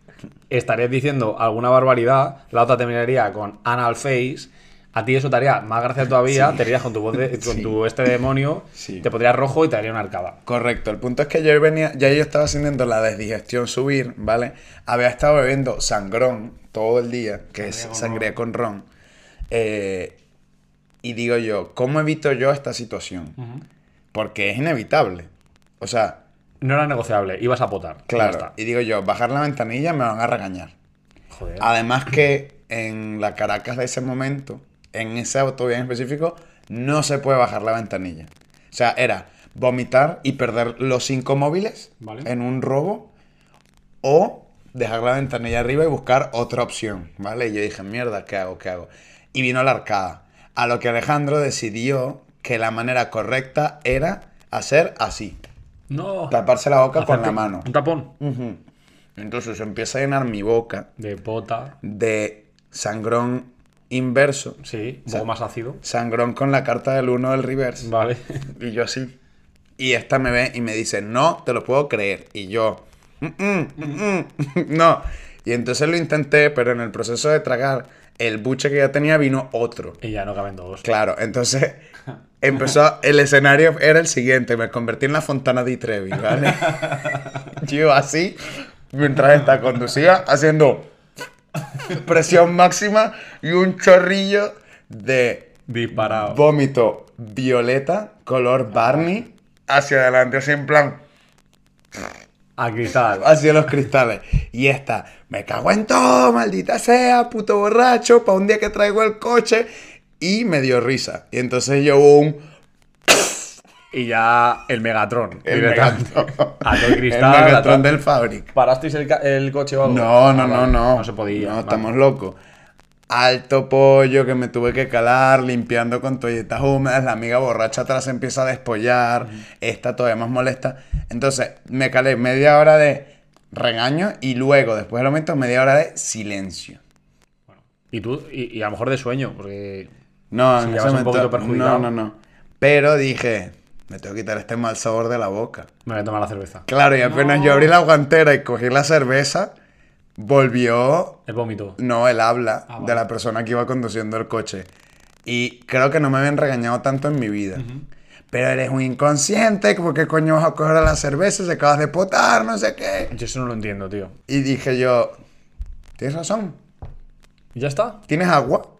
Speaker 3: estarías diciendo alguna barbaridad. La otra terminaría con anal face. A ti eso te haría más gracia todavía. Te irías con tu voz de- con
Speaker 2: Sí.
Speaker 3: tu este demonio.
Speaker 2: Sí.
Speaker 3: Te pondrías rojo y te haría una arcada.
Speaker 2: Correcto, el punto es que yo venía, ya yo estaba sintiendo la desdigestión subir, ¿vale? Había estado bebiendo sangrón todo el día, que es sangría con ron. Eh, y digo yo, ¿cómo evito yo esta situación? Porque es inevitable. O sea,
Speaker 3: No era negociable. Ibas a potar. y ya
Speaker 2: Claro.
Speaker 3: está.
Speaker 2: Y digo yo, bajar la ventanilla me van a regañar.
Speaker 3: Joder.
Speaker 2: Además que en la Caracas de ese momento, en ese autovía en específico, no se puede bajar la ventanilla. O sea, era vomitar y perder los cinco móviles
Speaker 3: Vale.
Speaker 2: en un robo o dejar la ventanilla arriba y buscar otra opción, ¿vale? Y yo dije, mierda, ¿qué hago? ¿Qué hago? Y vino la arcada. A lo que Alejandro decidió que la manera correcta era hacer así.
Speaker 3: No.
Speaker 2: Taparse la boca con
Speaker 3: Hacerte
Speaker 2: la mano.
Speaker 3: Un tapón.
Speaker 2: Ujú. Entonces empieza a llenar mi boca
Speaker 3: De pota.
Speaker 2: de sangrón inverso.
Speaker 3: Sí. Un
Speaker 2: O sea,
Speaker 3: poco más ácido.
Speaker 2: Sangrón con la carta del 1 del reverse.
Speaker 3: Vale. [laughs]
Speaker 2: Y yo así. Y esta me ve y me dice, no, te lo puedo creer. Y yo, "Mm, mm, mm, [laughs] mm, no. Y entonces lo intenté, pero en el proceso de tragar el buche que ya tenía vino otro.
Speaker 3: Y ya no caben todos.
Speaker 2: Claro, entonces [laughs] empezó, el escenario era el siguiente, me convertí en la Fontana di Trevi, ¿vale? [laughs] Yo así, mientras esta conducía, haciendo presión máxima y un chorrillo de
Speaker 3: Disparado.
Speaker 2: vómito violeta, color Barney, hacia adelante, así en plan,
Speaker 3: A cristal.
Speaker 2: hacia los cristales. Y esta, me cago en todo, maldita sea, puto borracho, para un día que traigo el coche. Y me dio risa. Y entonces yo hubo un...
Speaker 3: Y ya el Megatron.
Speaker 2: El
Speaker 3: directamente. [laughs]
Speaker 2: Megatron.
Speaker 3: A todo
Speaker 2: El
Speaker 3: cristal. a
Speaker 2: Megatron
Speaker 3: todo-
Speaker 2: del Fabric.
Speaker 3: ¿Parasteis el, ca- el coche o algo?
Speaker 2: No, no,
Speaker 3: Ah,
Speaker 2: no,
Speaker 3: vale.
Speaker 2: no.
Speaker 3: No se podía.
Speaker 2: No,
Speaker 3: vale.
Speaker 2: estamos locos. Alto pollo que me tuve que calar, limpiando con toallitas húmedas. La amiga borracha atrás se empieza a despollar. Esta todavía más molesta. Entonces, me calé media hora de regaño y luego, después del momento, media hora de silencio.
Speaker 3: Y tú, y, y a lo mejor de sueño, porque.
Speaker 2: No, en
Speaker 3: Sí,
Speaker 2: ese
Speaker 3: ya vas un
Speaker 2: momento-
Speaker 3: poquito perjudicado.
Speaker 2: No, no, no. Pero dije, me tengo que quitar este mal sabor de la boca.
Speaker 3: Me voy a tomar la cerveza.
Speaker 2: Claro, y apenas yo abrí la guantera y cogí la cerveza, volvió,
Speaker 3: El vómito.
Speaker 2: no, el habla
Speaker 4: Ah, vale.
Speaker 2: de la persona que iba conduciendo el coche. Y creo que no me habían regañado tanto en mi vida. Pero eres un inconsciente, ¿por qué coño vas a coger la cerveza? Se acabas de potar, no sé qué.
Speaker 3: Yo eso no lo entiendo, tío.
Speaker 2: Y dije yo, tienes razón,
Speaker 3: ¿Y ya está?
Speaker 2: ¿tienes agua?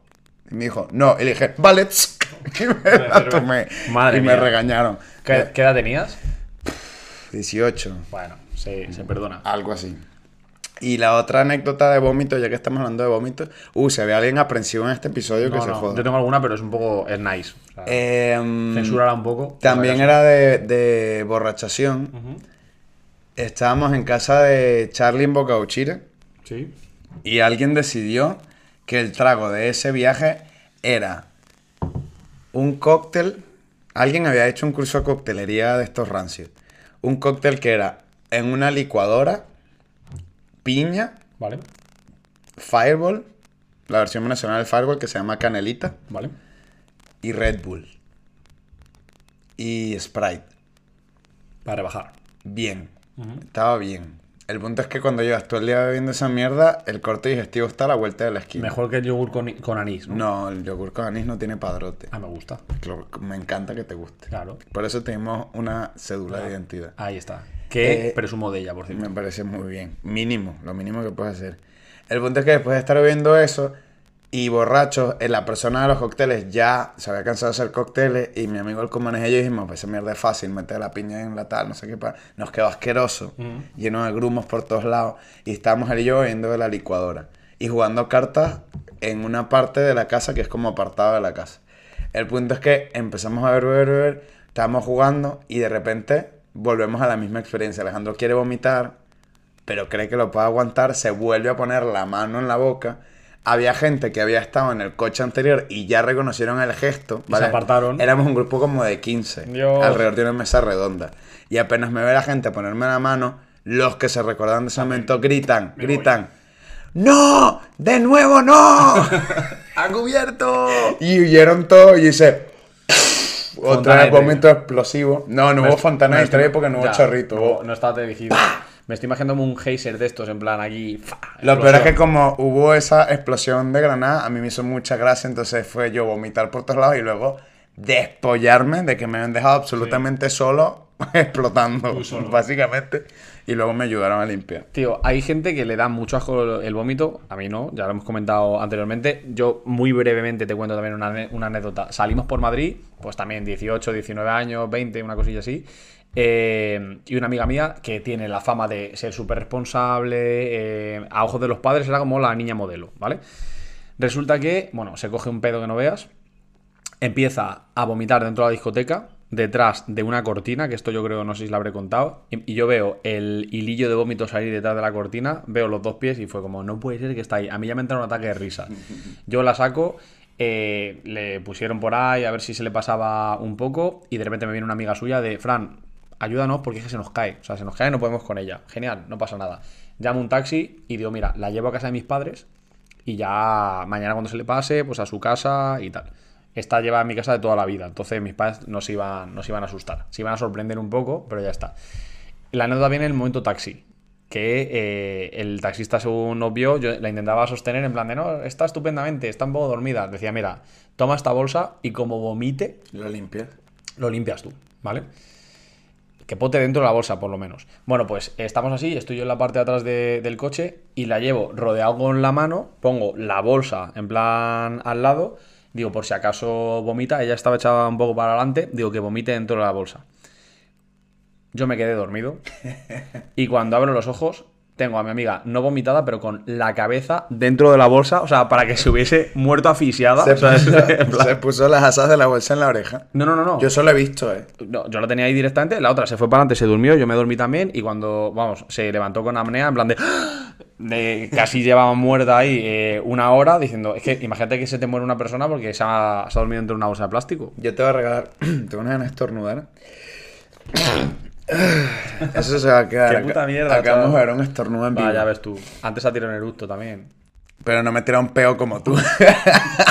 Speaker 2: Y me dijo, no. Y le dije, vale, [laughs] y me la tomé.
Speaker 3: Madre
Speaker 2: y
Speaker 3: mía.
Speaker 2: me regañaron.
Speaker 3: ¿Qué, qué edad tenías?
Speaker 2: 18.
Speaker 3: Bueno, se, se perdona.
Speaker 2: Algo así. Y la otra anécdota de vómito, ya que estamos hablando de vómitos. Uh, se ve alguien aprensivo en este episodio que
Speaker 3: No,
Speaker 2: se
Speaker 3: no,
Speaker 2: joda.
Speaker 3: yo tengo alguna, pero es un poco. Es nice. O sea,
Speaker 2: Em,
Speaker 3: Censúrala un poco.
Speaker 2: también era de, de borrachación. Estábamos en casa de Charlie en Boca Uchira
Speaker 4: Sí.
Speaker 2: y alguien decidió que el trago de ese viaje era un cóctel. Alguien había hecho un curso de coctelería de estos rancios. Un cóctel que era en una licuadora, piña,
Speaker 3: Vale,
Speaker 2: Fireball, la versión venezolana del Fireball que se llama Canelita,
Speaker 3: vale.
Speaker 2: y Red Bull. Y Sprite.
Speaker 3: Para rebajar.
Speaker 2: Bien. Estaba bien. El punto es que cuando llevas todo el día bebiendo esa mierda, el corte digestivo está a la vuelta de la esquina.
Speaker 3: Mejor que el yogur con, con anís, ¿no?
Speaker 2: No, el yogur con anís no tiene padrote.
Speaker 3: Ah, me gusta.
Speaker 2: Claro, Me encanta que te guste.
Speaker 3: Claro.
Speaker 2: Por eso tenemos una cédula de identidad.
Speaker 3: Ahí está. Que
Speaker 2: Eh,
Speaker 3: presumo de ella, por cierto.
Speaker 2: Me parece muy bien. Mínimo, lo mínimo que puedes hacer. El punto es que después de estar bebiendo eso y borracho, eh, la persona de los cócteles ya se había cansado de hacer cócteles y mi amigo el comanejillo dijimos, pues esa mierda es fácil, meter la piña en la tal, no sé qué, pa-". nos quedó asqueroso, lleno de grumos por todos lados y estábamos él y yo bebiendo de la licuadora y jugando cartas en una parte de la casa que es como apartado de la casa. El punto es que empezamos a ver, ver, ver, estábamos jugando y de repente volvemos a la misma experiencia. Alejandro quiere vomitar, pero cree que lo puede aguantar, se vuelve a poner la mano en la boca. Había gente que había estado en el coche anterior y ya reconocieron el gesto.
Speaker 3: Y se apartaron.
Speaker 2: Éramos un grupo como de 15,
Speaker 3: Dios.
Speaker 2: alrededor de una mesa redonda. Y apenas me ve la gente ponerme la mano, los que se recordaban de ese momento gritan,
Speaker 4: Me
Speaker 2: gritan. ¡No! ¡De nuevo no! ¡Ha cubierto! Y huyeron todos y dice. Otra
Speaker 3: Fontana
Speaker 2: vez
Speaker 3: de
Speaker 2: vómito explosivo. No, no
Speaker 3: Me
Speaker 2: hubo
Speaker 3: est-
Speaker 2: fontana
Speaker 3: me
Speaker 2: de
Speaker 3: estoy-
Speaker 2: estrella porque no hubo
Speaker 3: ya,
Speaker 2: chorrito. hubo-
Speaker 3: No, no estaba dirigido. Me estoy imaginando un geyser de estos, en plan aquí. fa,
Speaker 2: Lo peor es que
Speaker 3: explosión.
Speaker 2: como hubo esa explosión de granada, a mí me hizo mucha gracia, entonces fue yo vomitar por todos lados y luego despollarme de que me habían dejado absolutamente solo [laughs] explotando,
Speaker 4: solo.
Speaker 2: básicamente. Y luego me ayudaron a limpiar.
Speaker 3: Tío, hay gente que le da mucho asco el vómito. A mí no, ya lo hemos comentado anteriormente. Yo muy brevemente te cuento también una, ane- una anécdota. Salimos por Madrid, pues también 18, 19 años, 20, una cosilla así. Eh, y una amiga mía que tiene la fama de ser súper responsable, eh, a ojos de los padres era como la niña modelo, ¿vale? Resulta que, bueno, se coge un pedo que no veas, empieza a vomitar dentro de la discoteca, detrás de una cortina, que esto yo creo, no sé si la habré contado, y y yo veo el hilillo de vómito salir detrás de la cortina, veo los dos pies y fue como, no puede ser que está ahí. A mí ya me entra un ataque de risa. Yo la saco, eh, le pusieron por ahí a ver si se le pasaba un poco, y de repente me viene una amiga suya de, Fran, ayúdanos porque es que se nos cae, o sea, se nos cae y no podemos con ella. Genial, no pasa nada. Llamo un taxi y digo, mira, la llevo a casa de mis padres, y ya mañana cuando se le pase, pues a su casa y tal. Esta lleva en mi casa de toda la vida, entonces mis padres nos iban, nos iban a asustar, se iban a sorprender un poco, pero ya está. La anécdota viene en el momento taxi, que eh, el taxista según nos vio, yo la intentaba sostener en plan de, no, está estupendamente, está un poco dormida. Decía, mira, toma esta bolsa y como vomite,
Speaker 2: ¿Lo limpié?
Speaker 3: lo limpias tú, ¿vale? Que pote dentro de la bolsa, por lo menos. Bueno, pues estamos así, estoy yo en la parte de atrás de- del coche y la llevo rodeado con la mano, pongo la bolsa en plan al lado, digo, por si acaso vomita, ella estaba echada un poco para adelante, digo que vomite dentro de la bolsa. Yo me quedé dormido y cuando abro los ojos tengo a mi amiga no vomitada, pero con la cabeza dentro de la bolsa, o sea, para que se hubiese muerto asfixiada.
Speaker 2: Se
Speaker 3: o sea,
Speaker 2: puso,
Speaker 3: Ah. [laughs] en plan-
Speaker 2: se puso las asas de la bolsa en la oreja.
Speaker 3: No, no, no, no.
Speaker 2: Yo solo he visto, ¿eh?
Speaker 3: No, yo la tenía ahí directamente, la otra se fue para adelante, se durmió, yo me dormí también y cuando, vamos, se levantó con apnea en plan de... [gasps] de- casi llevaba muerta ahí eh, una hora diciendo, es que imagínate que se te muere una persona porque se ha, se ha dormido dentro de una bolsa de plástico.
Speaker 2: Yo te voy a regalar. [clears throat] Te van a ganas de
Speaker 3: [clears throat]
Speaker 2: estornudar. Eso se va a quedar.
Speaker 3: Qué
Speaker 2: acá.
Speaker 3: puta mierda,
Speaker 2: Acabamos de
Speaker 3: chaval.
Speaker 2: ver un estornudo en vivo.
Speaker 3: Vaya, ya ves tú. Antes ha tirado un eructo también.
Speaker 2: Pero no me tira un peo como tú.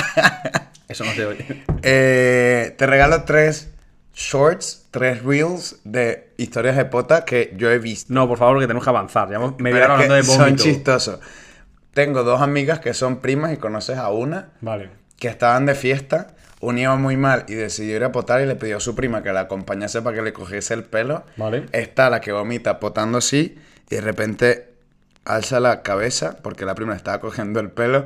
Speaker 2: [laughs]
Speaker 3: Eso no se oye.
Speaker 2: Eh, te regalo tres shorts, tres reels de historias de pota que yo he visto.
Speaker 3: [laughs] No, por favor, que tenemos que avanzar. Llevamos media
Speaker 2: Pero
Speaker 3: hora
Speaker 2: es que
Speaker 3: hablando de
Speaker 2: son
Speaker 3: vómito.
Speaker 2: chistosos. Tengo dos amigas que son primas y conoces a una
Speaker 3: Vale.
Speaker 2: que estaban de fiesta, una iba muy mal y decidió ir a potar y le pidió a su prima que la acompañase para que le cogiese el pelo.
Speaker 3: Vale.
Speaker 2: Está la que vomita potando así y de repente alza la cabeza porque la prima le estaba cogiendo el pelo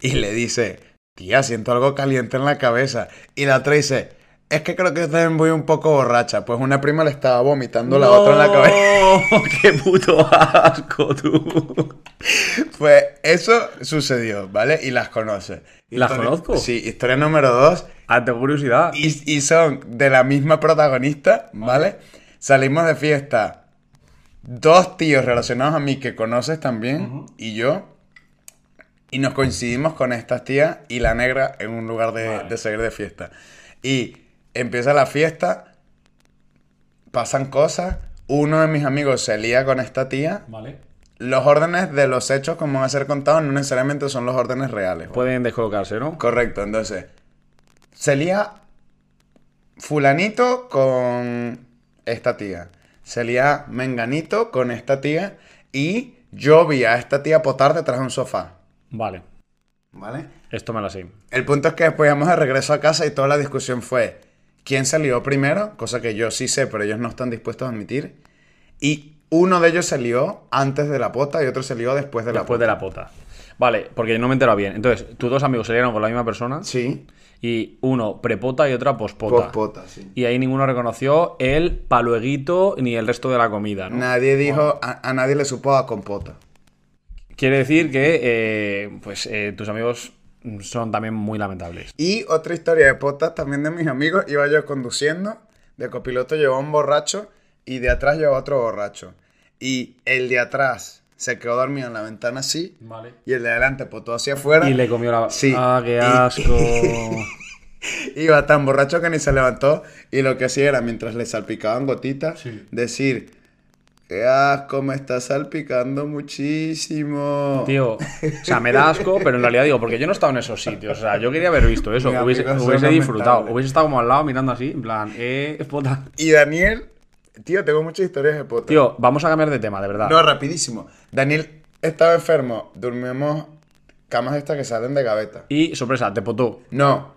Speaker 2: y le dice, tía, siento algo caliente en la cabeza. Y la otra dice, es que creo que yo también voy un poco borracha. Pues una prima le estaba vomitando la otra en la cabeza. [laughs]
Speaker 3: ¡No! ¡Qué puto asco, tú!
Speaker 2: Pues eso sucedió, ¿vale? Y las conoce.
Speaker 3: ¿Las
Speaker 2: Historia-
Speaker 3: conozco?
Speaker 2: Sí, historia número dos.
Speaker 3: Ah, tengo curiosidad.
Speaker 2: y, y son de la misma protagonista, ¿vale? Salimos de fiesta. Dos tíos relacionados a mí que conoces también y yo. Y nos coincidimos con estas tías y la negra en un lugar de, de salir de fiesta. Y empieza la fiesta, pasan cosas. Uno de mis amigos se lía con esta tía.
Speaker 3: Vale.
Speaker 2: Los órdenes de los hechos, como van a ser contados, no necesariamente son los órdenes reales.
Speaker 3: Pueden descolocarse, ¿no?
Speaker 2: Correcto, entonces. Sería fulanito con esta tía. Sería menganito con esta tía. Y yo vi a esta tía potar detrás de un sofá.
Speaker 3: Vale.
Speaker 2: ¿Vale?
Speaker 3: Esto me la sé.
Speaker 2: El punto es que después íbamos de regreso a casa y toda la discusión fue quién salió primero, cosa que yo sí sé, pero ellos no están dispuestos a admitir. Y uno de ellos salió antes de la pota y otro salió después de la
Speaker 3: Después
Speaker 2: pota.
Speaker 3: de la pota. Vale, porque no me entero bien. Entonces, tus dos amigos salieron con la misma persona
Speaker 2: Sí.
Speaker 3: y uno prepota y otra pospota.
Speaker 2: Pospota, sí.
Speaker 3: Y ahí ninguno reconoció el palueguito ni el resto de la comida, ¿no?
Speaker 2: Nadie dijo, a, a nadie le supo a compota.
Speaker 3: Quiere decir que eh, pues eh, tus amigos son también muy lamentables.
Speaker 2: Y otra historia de potas también de mis amigos. Iba yo conduciendo, de copiloto llevaba un borracho y de atrás llevaba otro borracho. Y el de atrás se quedó dormido en la ventana así.
Speaker 3: Vale.
Speaker 2: Y el de adelante potó hacia afuera.
Speaker 3: Y le comió la...
Speaker 2: Sí.
Speaker 3: Ah,
Speaker 2: Y-
Speaker 3: qué [laughs] asco.
Speaker 2: Iba tan borracho que ni se levantó. Y lo que hacía era, mientras le salpicaban gotitas,
Speaker 4: Sí.
Speaker 2: decir... ¡Qué asco! Me está salpicando muchísimo.
Speaker 3: Tío, o sea, me da asco, pero en realidad digo, porque yo no he estado en esos sitios. O sea, yo quería haber visto eso.
Speaker 2: Mis
Speaker 3: Hubiese,
Speaker 2: amigos son
Speaker 3: hubiese disfrutado.
Speaker 2: lamentables.
Speaker 3: Hubiese estado como al lado mirando así, en plan, eh, puta.
Speaker 2: Y Daniel... Tío, tengo muchas historias de potas.
Speaker 3: Tío, vamos a cambiar de tema, de verdad.
Speaker 2: No, rapidísimo. Daniel estaba enfermo. Dormimos camas estas que salen de gaveta.
Speaker 3: Y sorpresa, te potó.
Speaker 2: No.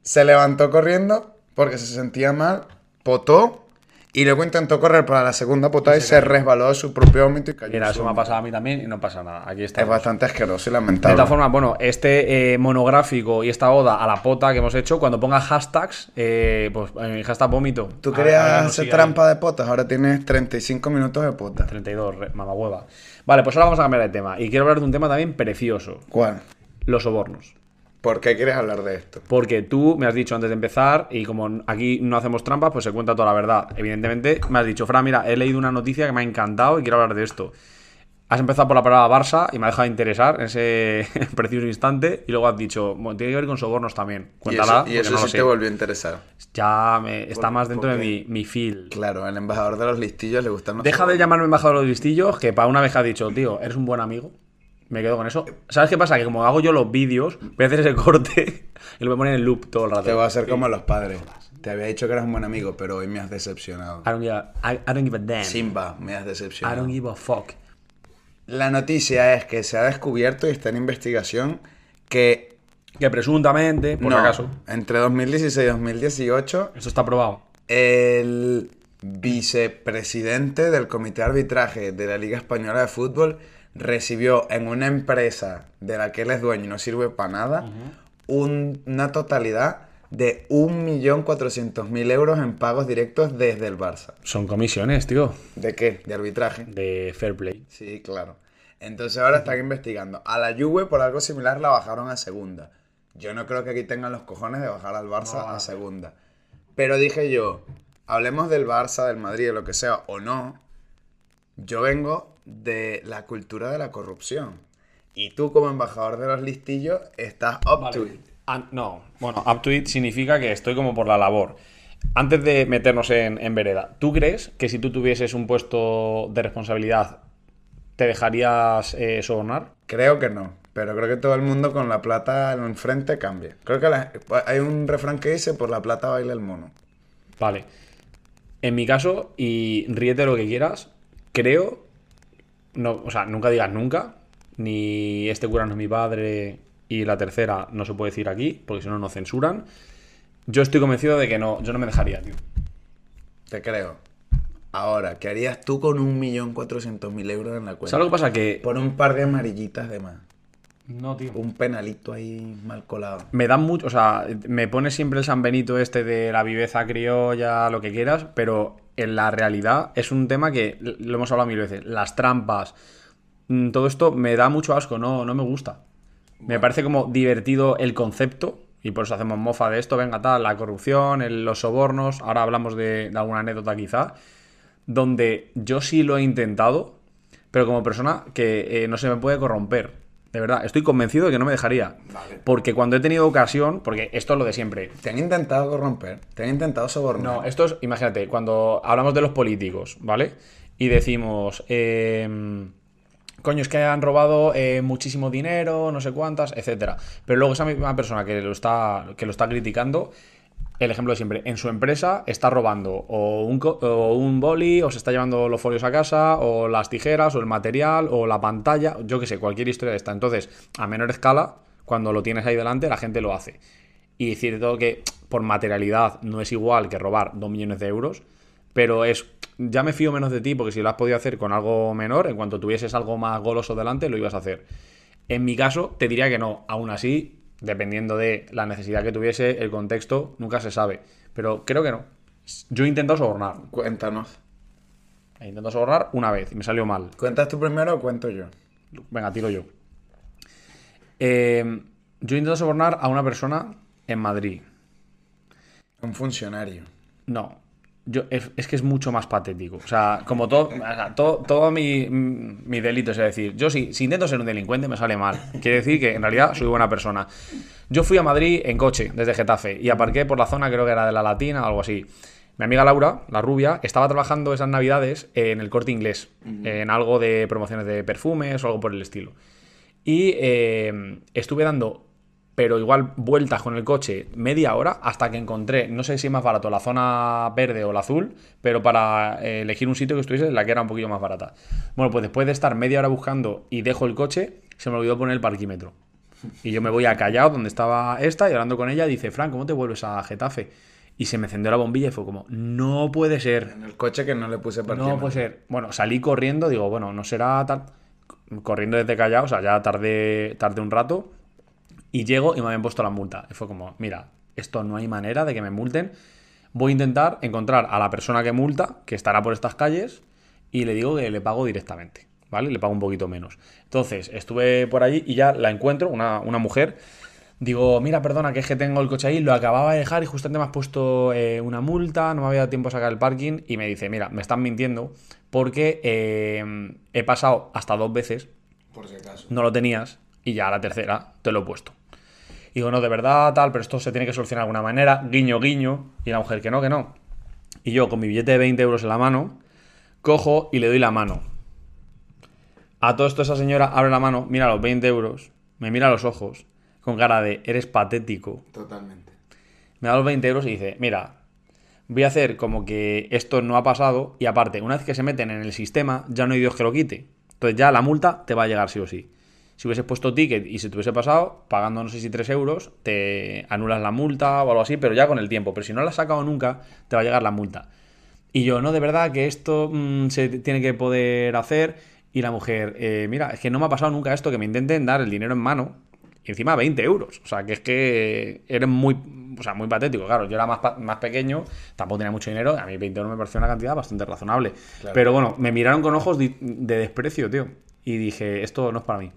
Speaker 2: Se levantó corriendo porque se sentía mal, potó y luego intentó correr para la segunda potada y se resbaló de su propio vómito y cayó. en
Speaker 3: Mira,
Speaker 2: su
Speaker 3: eso me ha
Speaker 2: vómito.
Speaker 3: pasado a mí también y no pasa nada. Aquí está.
Speaker 2: Es bastante asqueroso y
Speaker 3: De
Speaker 2: lamentable.
Speaker 3: todas formas, bueno, este eh, monográfico y esta oda a la pota que hemos hecho, cuando pongas hashtags, eh, pues eh, hashtag vómito.
Speaker 2: Tú
Speaker 4: Ah,
Speaker 2: querías
Speaker 4: ahora no
Speaker 2: hacer
Speaker 4: sigue
Speaker 2: trampa de potas, ahora tienes 35 minutos de potas.
Speaker 3: 32, re- mamahueva. Vale, pues ahora vamos a cambiar de tema. Y quiero hablar de un tema también precioso:
Speaker 2: ¿Cuál?
Speaker 3: los sobornos.
Speaker 2: ¿Por qué quieres hablar de esto?
Speaker 3: Porque tú me has dicho antes de empezar, y como aquí no hacemos trampas, pues se cuenta toda la verdad. Evidentemente, me has dicho, Fran, mira, he leído una noticia que me ha encantado y quiero hablar de esto. Has empezado por la palabra Barça y me ha dejado de interesar en ese [laughs] preciso instante, y luego has dicho, bueno, tiene que ver con sobornos también.
Speaker 2: y
Speaker 3: Cuéntala, porque
Speaker 2: eso,
Speaker 3: no lo
Speaker 2: sí
Speaker 3: sé.
Speaker 2: te volvió a interesar.
Speaker 3: Ya me, está
Speaker 2: ¿Por-
Speaker 3: más dentro
Speaker 2: por
Speaker 3: de mi,
Speaker 2: qué?
Speaker 3: mi feel.
Speaker 2: Claro, al embajador de los listillos le gustan los
Speaker 3: Deja de
Speaker 2: sobornos.
Speaker 3: llamarme embajador de los listillos, que para una vez que has dicho, tío, eres un buen amigo. Me quedo con eso. ¿Sabes qué pasa? Que como hago yo los vídeos, voy a hacer ese [laughs] corte y lo voy a poner en loop todo el rato.
Speaker 2: Te voy a hacer como los padres. Te había dicho que eras un buen amigo, pero hoy me has decepcionado.
Speaker 3: I don't give a, I, I don't give a damn.
Speaker 2: Simba, me has
Speaker 3: I
Speaker 2: decepcionado.
Speaker 3: don't give a fuck.
Speaker 2: La noticia es que se ha descubierto y está en investigación que
Speaker 3: Que presuntamente, por
Speaker 2: no,
Speaker 3: si acaso,
Speaker 2: entre 2016 y 2018
Speaker 3: esto está probado.
Speaker 2: el vicepresidente del comité de arbitraje de la Liga Española de Fútbol recibió en una empresa de la que él es dueño y no sirve para nada un- una totalidad de 1.400.000 euros en pagos directos desde el Barça.
Speaker 3: Son comisiones, tío,
Speaker 2: ¿De qué? De arbitraje.
Speaker 3: de fair play.
Speaker 2: Sí, claro. Entonces ahora están investigando. A la Juve por algo similar la bajaron a segunda. Yo no creo que aquí tengan los cojones de bajar al Barça a segunda. Pero dije yo, hablemos del Barça, del Madrid, de lo que sea o no. Yo vengo de la cultura de la corrupción. Y tú como embajador de los listillos estás up to it.
Speaker 3: An- no, bueno, up to it significa que estoy como por la labor. Antes de meternos en, en vereda, ¿tú crees que si tú tuvieses un puesto de responsabilidad, te dejarías eh, sobornar?
Speaker 2: Creo que no, pero creo que todo el mundo con la plata enfrente cambia. Creo que la- hay un refrán que dice, por la plata baila el mono.
Speaker 3: Vale. En mi caso, y ríete lo que quieras, creo. No, o sea, nunca digas nunca. Ni este cura no es mi padre. Y la tercera no se puede decir aquí, porque si no nos censuran. Yo estoy convencido de que no, yo no me dejaría, tío.
Speaker 2: Te creo. Ahora, ¿qué harías tú con 1.400.000 euros en la cuenta?
Speaker 3: ¿Sabes lo que pasa? Que.
Speaker 2: Por un par de amarillitas de más.
Speaker 3: No, tío.
Speaker 2: Un penalito ahí mal colado.
Speaker 3: Me dan mucho, o sea, me pone siempre el San Benito este de la viveza criolla, lo que quieras, pero en la realidad es un tema que l- lo hemos hablado mil veces. Las trampas, mm, todo esto me da mucho asco, no, no me gusta. Me parece como divertido el concepto y por eso hacemos mofa de esto, venga tal, la corrupción, el- los sobornos, ahora hablamos de, de alguna anécdota quizá, donde yo sí lo he intentado, pero como persona que eh, no se me puede corromper. De verdad, estoy convencido de que no me dejaría. Porque cuando he tenido ocasión, porque esto es lo de siempre.
Speaker 2: Te han intentado corromper, te han intentado sobornar.
Speaker 3: No, esto es, imagínate, cuando hablamos de los políticos, ¿vale? Y decimos, em, coño, es que han robado eh, muchísimo dinero, no sé cuántas, etcétera. Pero luego esa misma persona que lo está, que lo está criticando, el ejemplo de siempre, en su empresa está robando o un, co- o un boli, o se está llevando los folios a casa, o las tijeras, o el material, o la pantalla, yo qué sé, cualquier historia de esta. Entonces, a menor escala, cuando lo tienes ahí delante, la gente lo hace. Y es cierto que por materialidad no es igual que robar 2 millones de euros, pero es, ya me fío menos de ti, porque si lo has podido hacer con algo menor, en cuanto tuvieses algo más goloso delante, lo ibas a hacer. En mi caso, te diría que no. Aún así, dependiendo de la necesidad que tuviese, el contexto, nunca se sabe. Pero creo que no. Yo he intentado sobornar.
Speaker 2: Cuéntanos.
Speaker 3: He intentado sobornar una vez y me salió mal.
Speaker 2: ¿Cuentas tú primero o cuento yo?
Speaker 3: Venga, tiro yo. Eh, yo he intentado sobornar a una persona en Madrid.
Speaker 2: Un funcionario.
Speaker 3: No. Yo, es, es que es mucho más patético. O sea, como todo, o sea, todo, todo mi, mi delito, es decir, yo si, si intento ser un delincuente me sale mal. Quiere decir que en realidad soy buena persona. Yo fui a Madrid en coche desde Getafe y aparqué por la zona, creo que era de la Latina o algo así. Mi amiga Laura, la rubia, estaba trabajando esas navidades en el corte inglés, en algo de promociones de perfumes o algo por el estilo. Y eh, estuve dando, pero igual vueltas con el coche media hora hasta que encontré, no sé si es más barato la zona verde o la azul, pero para eh, elegir un sitio que estuviese en la que era un poquillo más barata. Bueno, pues después de estar media hora buscando y dejo el coche, se me olvidó poner el parquímetro. Y yo me voy a Callao, donde estaba esta, y hablando con ella, dice, Fran, ¿cómo te vuelves a Getafe? Y se me encendió la bombilla y fue como, no puede ser.
Speaker 2: En el coche que no pues, le puse partida.
Speaker 3: No puede ser. Bueno, salí corriendo, digo, bueno, no será tal. Corriendo desde Callao, o sea, ya tardé, tardé un rato. Y llego y me habían puesto la multa. Y fue como, mira, esto no hay manera de que me multen. Voy a intentar encontrar a la persona que multa, que estará por estas calles, y le digo que le pago directamente, ¿vale? Le pago un poquito menos. Entonces, estuve por allí y ya la encuentro, una, una mujer. Digo, mira, perdona, que es que tengo el coche ahí, lo acababa de dejar y justamente me has puesto eh, una multa, no me había dado tiempo a sacar el parking. Y me dice, mira, me están mintiendo porque eh, he pasado hasta dos veces
Speaker 4: Por si acaso.
Speaker 3: no lo tenías y ya la tercera te lo he puesto. Y digo, no, de verdad, tal, pero esto se tiene que solucionar de alguna manera, guiño, guiño. Y la mujer, que no, que no. Y yo, con mi billete de 20 euros en la mano, cojo y le doy la mano. A todo esto, esa señora abre la mano, mira los 20 euros, me mira a los ojos, con cara de, eres patético.
Speaker 4: Totalmente.
Speaker 3: Me da los 20 euros y dice, mira, voy a hacer como que esto no ha pasado y aparte, una vez que se meten en el sistema, ya no hay Dios que lo quite. Entonces ya la multa te va a llegar sí o sí. Si hubieses puesto ticket y se te hubiese pasado, pagando no sé si 3 euros, te anulas la multa o algo así, pero ya con el tiempo. Pero si no la has sacado nunca, te va a llegar la multa. Y yo, no, de verdad que esto mm, se t- tiene que poder hacer. Y la mujer, eh, mira, es que no me ha pasado nunca esto, que me intenten dar el dinero en mano. Y encima 20 euros. O sea, que es que eres muy, o sea, muy patético. Claro, yo era más, pa- más pequeño, tampoco tenía mucho dinero. A mí 20 euros me pareció una cantidad bastante razonable. Pero bueno, me miraron con ojos di- de desprecio, tío. Y dije, esto no es para mí.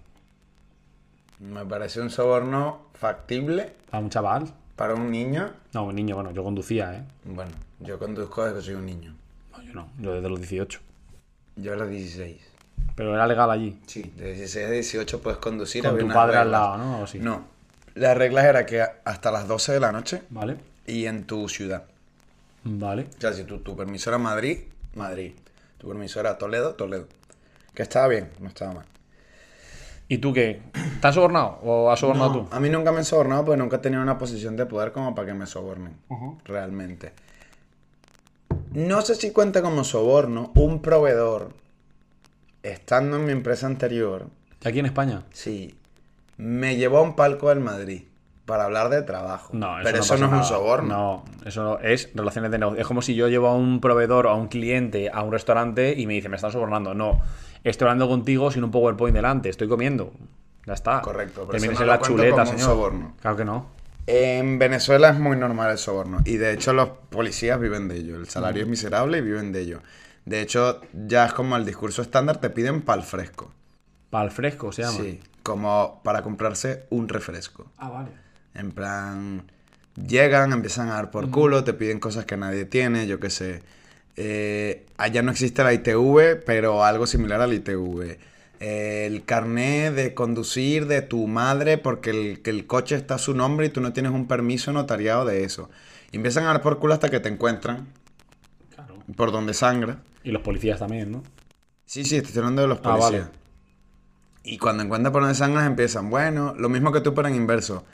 Speaker 2: Me parece un soborno factible
Speaker 3: Para un chaval.
Speaker 2: para un niño.
Speaker 3: No, un niño, bueno, yo conducía, ¿eh?
Speaker 2: Bueno, yo conduzco desde que soy un niño.
Speaker 3: No, yo no, yo desde los 18.
Speaker 2: Yo a los 16.
Speaker 3: Pero era legal allí.
Speaker 2: Sí, de 16 a 18 puedes conducir.
Speaker 3: Con
Speaker 2: había
Speaker 3: tu
Speaker 2: unas
Speaker 3: padre al
Speaker 2: reglas.
Speaker 3: lado, ¿no? O sí.
Speaker 2: No, las reglas era que hasta las 12 de la noche
Speaker 3: Vale,
Speaker 2: y en tu ciudad.
Speaker 3: vale.
Speaker 2: O sea, si tu, tu permiso era Madrid, Madrid. Tu permiso era Toledo, Toledo. Que estaba bien, no estaba mal.
Speaker 3: ¿Y tú qué? ¿Te has sobornado o has sobornado tú?
Speaker 2: A mí pues nunca me han sobornado porque nunca he tenido una posición de poder como para que me sobornen. Realmente. No sé si cuenta como soborno un proveedor, estando en mi empresa anterior,
Speaker 3: Aquí en España.
Speaker 2: sí, me llevó a un palco del Madrid para hablar de trabajo.
Speaker 3: No, eso
Speaker 2: Pero
Speaker 3: no
Speaker 2: eso
Speaker 3: pasa
Speaker 2: no,
Speaker 3: nada.
Speaker 2: es un soborno.
Speaker 3: No, eso no, es relaciones de negocio. Es como si yo llevo a un proveedor, a un cliente, a un restaurante y me dice, me están sobornando. No, estoy hablando contigo sin un PowerPoint delante, estoy comiendo. Ya está.
Speaker 2: Correcto, pero
Speaker 3: Te
Speaker 2: eso
Speaker 3: metes
Speaker 2: no
Speaker 3: en
Speaker 2: lo
Speaker 3: la
Speaker 2: cuento
Speaker 3: chuleta,
Speaker 2: como un
Speaker 3: señor.
Speaker 2: soborno.
Speaker 3: Claro que no.
Speaker 2: En Venezuela es muy normal el soborno y de hecho los policías viven de ello, el salario es
Speaker 3: Mm.
Speaker 2: miserable y viven de ello. De hecho, ya es como el discurso estándar, te piden pal fresco.
Speaker 3: Pal fresco se llama.
Speaker 2: Sí, como para comprarse un refresco.
Speaker 4: Ah, vale.
Speaker 2: En plan, llegan, empiezan a dar por culo, te piden cosas que nadie tiene, yo qué sé. Eh, allá no existe la ITV, pero algo similar a la ITV. Eh, el carné de conducir de tu madre porque el, que el coche está a su nombre y tú no tienes un permiso notariado de eso. Y empiezan a dar por culo hasta que te encuentran,
Speaker 3: Claro.
Speaker 2: por donde sangra.
Speaker 3: Y los policías también, ¿no?
Speaker 2: Sí, sí, estoy hablando de los
Speaker 3: Ah,
Speaker 2: policías.
Speaker 3: vale.
Speaker 2: Y cuando encuentran por donde sangras empiezan, bueno, lo mismo que tú para en inverso.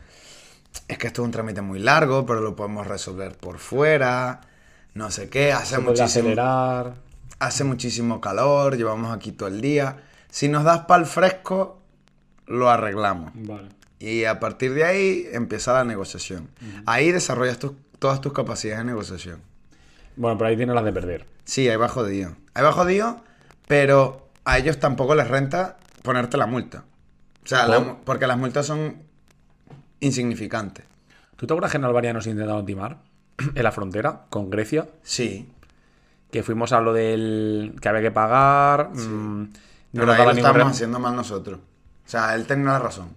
Speaker 2: Es que esto es un trámite muy largo, pero lo podemos resolver por fuera. No sé qué, hace
Speaker 3: Se puede
Speaker 2: muchísimo,
Speaker 3: acelerar.
Speaker 2: hace muchísimo calor, llevamos aquí todo el día. Si nos das pal fresco, lo arreglamos.
Speaker 3: Vale.
Speaker 2: Y a partir de ahí empieza la negociación. Ahí desarrollas tus- todas tus capacidades de negociación.
Speaker 3: Bueno, pero ahí tienes las de perder.
Speaker 2: Sí, ahí va jodido. Ahí va jodido, pero a ellos tampoco les renta ponerte la multa. O sea, la
Speaker 3: ¿Por?
Speaker 2: mu- porque las multas son insignificantes.
Speaker 3: ¿Tú te acuerdas que en Albania nos intentaron timar? [clears throat] En la frontera, con Grecia.
Speaker 2: Sí.
Speaker 3: Que fuimos a lo del que había que pagar. mm, no
Speaker 2: Pero
Speaker 3: nos
Speaker 2: ahí lo
Speaker 3: daban ningún
Speaker 2: estamos
Speaker 3: rem-
Speaker 2: haciendo mal nosotros. O sea, él tenía la razón.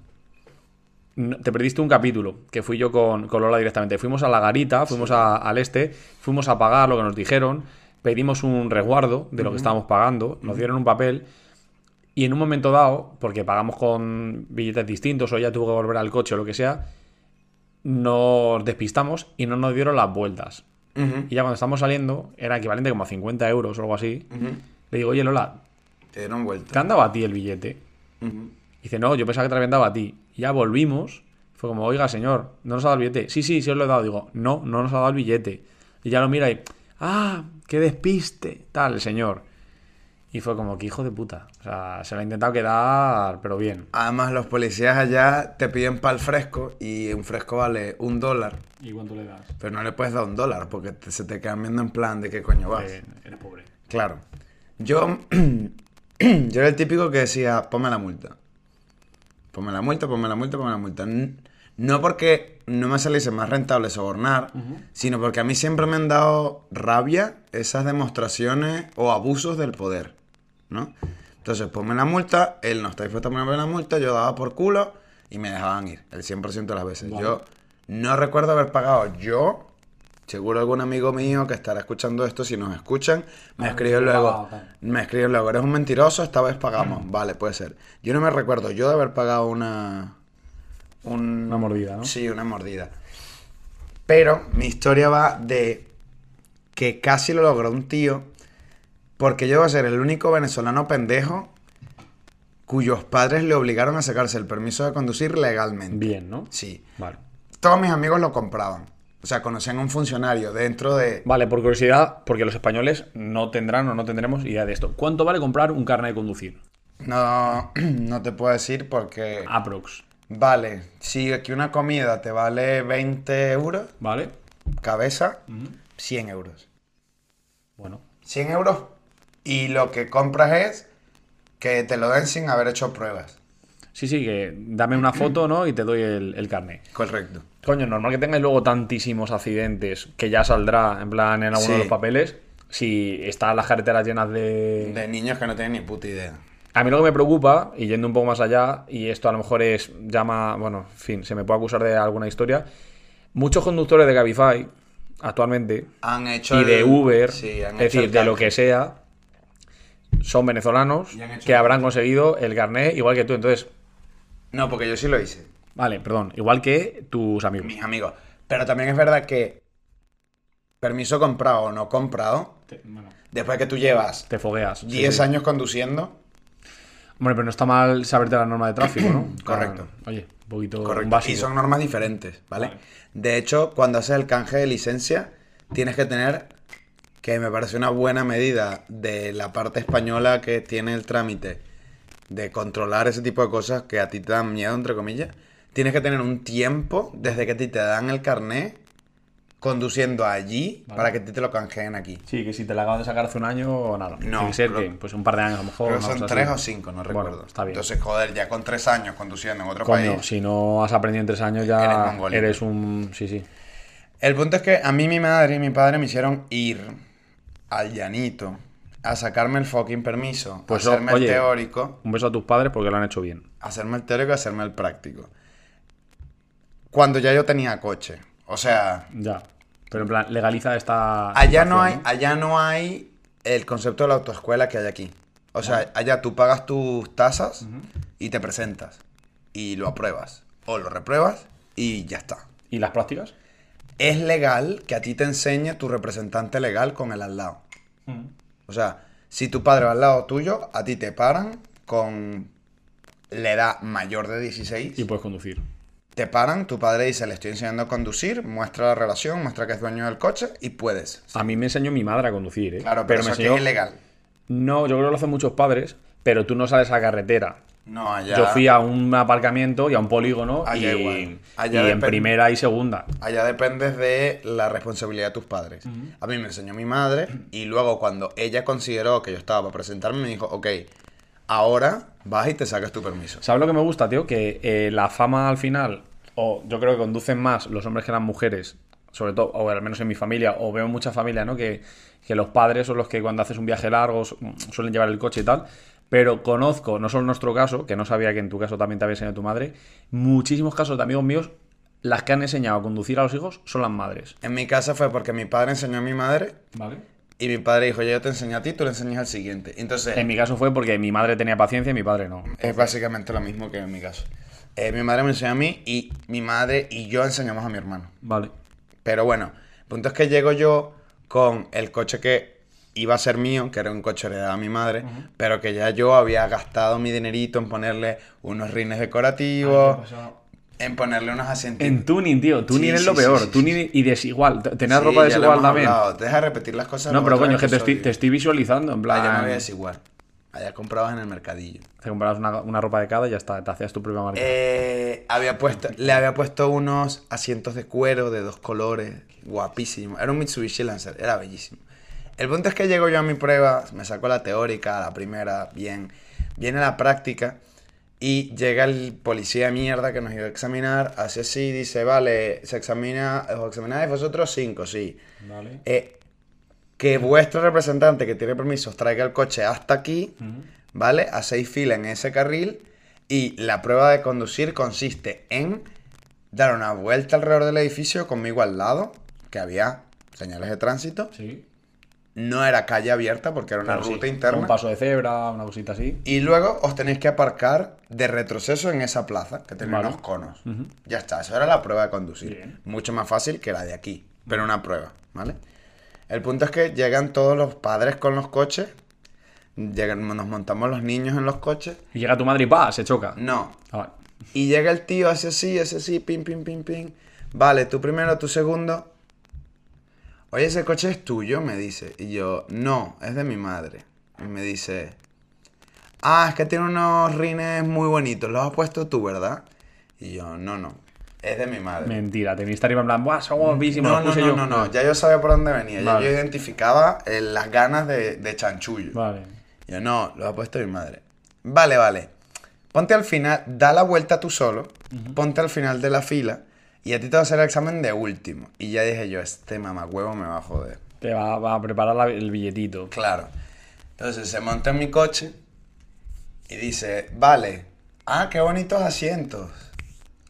Speaker 3: No, Te perdiste un capítulo, que fui yo con, con Lola directamente. Fuimos a la garita, fuimos a- al este, fuimos a pagar lo que nos dijeron, pedimos un resguardo de lo que estábamos pagando, nos dieron un papel y en un momento dado, porque pagamos con billetes distintos o ella tuvo que volver al coche o lo que sea, nos despistamos y no nos dieron las vueltas. Y ya cuando estamos saliendo, era equivalente como a 50 euros o algo así. Le digo, oye Lola,
Speaker 2: Te dieron
Speaker 3: ¿te
Speaker 2: vuelta.
Speaker 3: han dado a ti el billete?
Speaker 2: Ujú.
Speaker 3: Y dice, no, yo pensaba que te lo habían dado a ti. Y ya volvimos. Fue como, oiga, señor, ¿no nos ha dado el billete? Sí, sí, sí os lo he dado. Digo, no, no nos ha dado el billete. Y ya lo mira y, ah, qué despiste, tal, el señor. Y fue como, qué hijo de puta. O sea, se lo ha intentado quedar, pero bien.
Speaker 2: Además, los policías allá te piden pal fresco y un fresco vale un dólar.
Speaker 4: ¿Y cuánto le das?
Speaker 2: Pero no le puedes dar un dólar porque te- se te quedan viendo en plan de qué coño vas.
Speaker 4: Eh, eres pobre.
Speaker 2: Claro. Yo, [clears throat] yo era el típico que decía, ponme la multa. Ponme la multa, ponme la multa, ponme la multa. N- No porque no me saliese más rentable sobornar, sino porque a mí siempre me han dado rabia esas demostraciones o abusos del poder, ¿no? Entonces, ponme la multa, él no está dispuesto a ponerme la multa, yo daba por culo y me dejaban ir, el 100% de las veces. Yo no recuerdo haber pagado yo, seguro algún amigo mío que estará escuchando esto, si nos escuchan, me
Speaker 3: Ah,
Speaker 2: escribe luego,
Speaker 4: pagado, tal.
Speaker 2: me escribe luego, eres un mentiroso, esta vez
Speaker 3: [clears throat]
Speaker 2: pagamos. Vale, puede ser. Yo no me recuerdo yo de haber pagado una... un-
Speaker 3: Una mordida, ¿no?
Speaker 2: Sí, una mordida. Pero mi historia va de que casi lo logró un tío, porque yo voy a ser el único venezolano pendejo cuyos padres le obligaron a sacarse el permiso de conducir legalmente.
Speaker 3: Bien, ¿no?
Speaker 2: Sí.
Speaker 3: Vale.
Speaker 2: Todos mis amigos lo compraban. O sea, conocían a un funcionario dentro de...
Speaker 3: Vale, por curiosidad, porque los españoles no tendrán o no tendremos idea de esto. ¿Cuánto vale comprar un carnet de conducir?
Speaker 2: No, [clears throat] no te puedo decir porque...
Speaker 3: Aprox,
Speaker 2: Vale, si aquí una comida te vale 20 euros,
Speaker 3: ¿vale?
Speaker 2: cabeza, 100 euros.
Speaker 3: Bueno,
Speaker 2: 100 euros y lo que compras es que te lo den sin haber hecho pruebas.
Speaker 3: sí, sí, que dame una foto, ¿no? Y te doy el, el carnet.
Speaker 2: Correcto.
Speaker 3: Coño, normal que tengáis luego tantísimos accidentes que ya saldrá en plan en alguno
Speaker 2: Sí.
Speaker 3: de los papeles. Si están las carreteras llenas de...
Speaker 2: De niños que no tienen ni puta idea.
Speaker 3: A mí lo que me preocupa, y yendo un poco más allá, y esto a lo mejor es llama, bueno, en fin, se me puede acusar de alguna historia. Muchos conductores de Cabify actualmente
Speaker 2: Han hecho
Speaker 3: y de
Speaker 2: el-
Speaker 3: Uber,
Speaker 2: sí, han
Speaker 3: es
Speaker 2: hecho
Speaker 3: decir,
Speaker 2: el
Speaker 3: de lo
Speaker 2: canje.
Speaker 3: que sea, son venezolanos
Speaker 4: Y han hecho
Speaker 3: que
Speaker 4: el
Speaker 3: habrán conseguido el carnet igual que tú. Entonces,
Speaker 2: No, porque yo sí lo hice.
Speaker 3: vale, perdón, igual que tus amigos.
Speaker 2: Mis amigos. Pero también es verdad que permiso comprado o no comprado,
Speaker 4: Te- bueno,
Speaker 2: después que tú llevas
Speaker 3: Te fogueas. sí,
Speaker 2: 10
Speaker 3: sí.
Speaker 2: años conduciendo,
Speaker 3: Hombre, pero no está mal saberte la norma de
Speaker 2: [clears throat]
Speaker 3: tráfico, ¿no?
Speaker 2: Correcto.
Speaker 3: Ah, Oye, un poquito un
Speaker 2: correcto.
Speaker 3: básico.
Speaker 2: Y son normas diferentes, ¿vale? De hecho, cuando haces el canje de licencia, tienes que tener que me parece una buena medida de la parte española que tiene el trámite de controlar ese tipo de cosas que a ti te dan miedo, entre comillas, tienes que tener un tiempo desde que a ti te dan el carné conduciendo allí para que a ti te lo canjeen aquí.
Speaker 3: Sí, que si te la acaban de sacar hace un año, nada.
Speaker 2: No,
Speaker 3: Tiene que ser
Speaker 2: creo-
Speaker 3: que, pues un par de años a lo mejor.
Speaker 2: Creo
Speaker 3: una
Speaker 2: que son
Speaker 3: cosa
Speaker 2: tres
Speaker 3: así.
Speaker 2: o cinco, no
Speaker 3: Bueno,
Speaker 2: recuerdo.
Speaker 3: está bien.
Speaker 2: Entonces, joder, ya con tres años conduciendo en otro
Speaker 3: Coño,
Speaker 2: país.
Speaker 3: si no has aprendido en tres años
Speaker 2: Eres
Speaker 3: ya
Speaker 2: mongolito.
Speaker 3: eres un... Sí, sí.
Speaker 2: El punto es que a mí mi madre y mi padre me hicieron ir al llanito a sacarme el fucking permiso,
Speaker 3: Pues,
Speaker 2: a hacerme
Speaker 3: oye.
Speaker 2: el teórico,
Speaker 3: Un beso a tus padres porque lo han hecho bien.
Speaker 2: a hacerme el teórico y a hacerme el práctico. Cuando ya yo tenía coche. O sea,
Speaker 3: Ya. Pero en plan, legaliza esta...
Speaker 2: allá no hay,
Speaker 3: situación,
Speaker 2: allá no hay el concepto de la autoescuela que hay aquí. O sea, allá tú pagas tus tasas y te presentas y lo apruebas o lo repruebas y ya está.
Speaker 3: ¿Y las prácticas?
Speaker 2: es legal que a ti te enseñe tu representante legal con el al lado. O sea, si tu padre va al lado tuyo, a ti te paran con la edad mayor de 16.
Speaker 3: Y puedes conducir.
Speaker 2: Te paran, tu padre dice, le estoy enseñando a conducir, muestra la relación, muestra que es dueño del coche y puedes.
Speaker 3: A mí me enseñó mi madre a conducir, ¿eh?
Speaker 2: Claro, pero, eso
Speaker 3: me
Speaker 2: aquí
Speaker 3: enseñó-
Speaker 2: es ilegal.
Speaker 3: No, yo creo que lo hacen muchos padres, pero tú no sales a la carretera.
Speaker 2: No, allá...
Speaker 3: Yo fui a un aparcamiento y a un polígono y,
Speaker 2: Allá Ah, igual. Allá
Speaker 3: y en
Speaker 2: depende-
Speaker 3: primera y segunda.
Speaker 2: Allá dependes de la responsabilidad de tus padres. A mí me enseñó mi madre y luego cuando ella consideró que yo estaba para presentarme, me dijo, ok, ahora vas y te sacas tu permiso.
Speaker 3: ¿Sabes lo que me gusta, tío? Que eh, la fama al final, o yo creo que conducen más los hombres que las mujeres, sobre todo, o al menos en mi familia, o veo en muchas familias, ¿no? Que, que los padres son los que cuando haces un viaje largo su- suelen llevar el coche y tal. Pero conozco, no solo en nuestro caso, que no sabía que en tu caso también te había enseñado tu madre, muchísimos casos de amigos míos, las que han enseñado a conducir a los hijos son las madres.
Speaker 2: En mi casa fue porque mi padre enseñó a mi madre
Speaker 3: ¿Vale?
Speaker 2: y mi padre dijo, ya yo te enseñé a ti, tú le enseñas al siguiente. Entonces,
Speaker 3: En mi caso fue porque mi madre tenía paciencia y mi padre no.
Speaker 2: es básicamente lo mismo que en mi caso. Eh, mi madre me enseñó a mí y mi madre y yo enseñamos a mi hermano.
Speaker 3: Vale.
Speaker 2: Pero bueno, el punto es que llego yo con el coche que iba a ser mío, que era un coche heredado a mi madre, pero que ya yo había gastado mi dinerito en ponerle unos rines decorativos, en ponerle unos asientos.
Speaker 3: En tuning, tío. Tuning
Speaker 2: Pues Sí,
Speaker 3: es lo
Speaker 2: sí, sí,
Speaker 3: peor.
Speaker 2: sí, sí,
Speaker 3: tuning y desigual. T- Tener ropa desigual también.
Speaker 2: Deja de repetir las cosas.
Speaker 3: No,
Speaker 2: en
Speaker 3: pero
Speaker 2: otro
Speaker 3: coño, es que te estoy,
Speaker 2: episodio. Ah,
Speaker 3: te estoy visualizando. En plan,
Speaker 2: Allá no había desigual. Allá comprabas en el mercadillo.
Speaker 3: te comprabas una, una ropa de cada y ya está. Te hacías tu propia marca.
Speaker 2: Eh, había puesto, le había puesto unos asientos de cuero de dos colores, guapísimo. Era un Mitsubishi Lancer, era bellísimo. El punto es que llego yo a mi prueba, me saco la teórica, la primera, bien. Viene la práctica y llega el policía de mierda que nos iba a examinar, hace así, dice, vale, se examina, os examináis vosotros cinco, sí.
Speaker 3: vale.
Speaker 2: Eh, que vuestro representante que tiene permisos traiga el coche hasta aquí, ¿vale? A seis filas en ese carril. Y la prueba de conducir consiste en dar una vuelta alrededor del edificio conmigo al lado, que había señales de tránsito.
Speaker 3: Sí.
Speaker 2: No era calle abierta porque era una
Speaker 3: Pero sí,
Speaker 2: ruta interna.
Speaker 3: Un paso de cebra, una cosita así.
Speaker 2: Y luego os tenéis que aparcar de retroceso en esa plaza, que tenía
Speaker 3: Vale.
Speaker 2: unos conos. Ya está, esa era la prueba de conducir.
Speaker 3: Bien.
Speaker 2: Mucho más fácil que la de aquí, pero una prueba, ¿vale? El punto es que llegan todos los padres con los coches, llegan, nos montamos los niños en los coches.
Speaker 3: Y llega tu madre y ¡pa! Se choca.
Speaker 2: No,
Speaker 3: Ah, vale.
Speaker 2: y llega el tío, hace así, hace así, pim, pim, pim, pim. Vale, tú primero, tú segundo. Oye, ese coche es tuyo, me dice. Y yo, no, es de mi madre. Y me dice, ah, es que tiene unos rines muy bonitos, los has puesto tú, ¿verdad? Y yo, no, no, es de mi madre.
Speaker 3: Mentira. Te viniste arriba en plan, ¡buah! Son guapísimos.
Speaker 2: No,
Speaker 3: los
Speaker 2: no,
Speaker 3: puse
Speaker 2: no,
Speaker 3: yo".
Speaker 2: no, no, ya yo sabía por dónde venía, ya
Speaker 3: Vale.
Speaker 2: yo identificaba eh, las ganas de, de chanchullo.
Speaker 3: Vale.
Speaker 2: Yo no, lo ha puesto mi madre. Vale, vale. Ponte al final, da la vuelta tú solo, ponte al final de la fila y a ti te va a hacer el examen de último. Y ya dije yo, este mamagüevo me va a joder.
Speaker 3: Te va, va a preparar la- el billetito.
Speaker 2: Claro. Entonces se monta en mi coche y dice, vale, ah, qué bonitos asientos.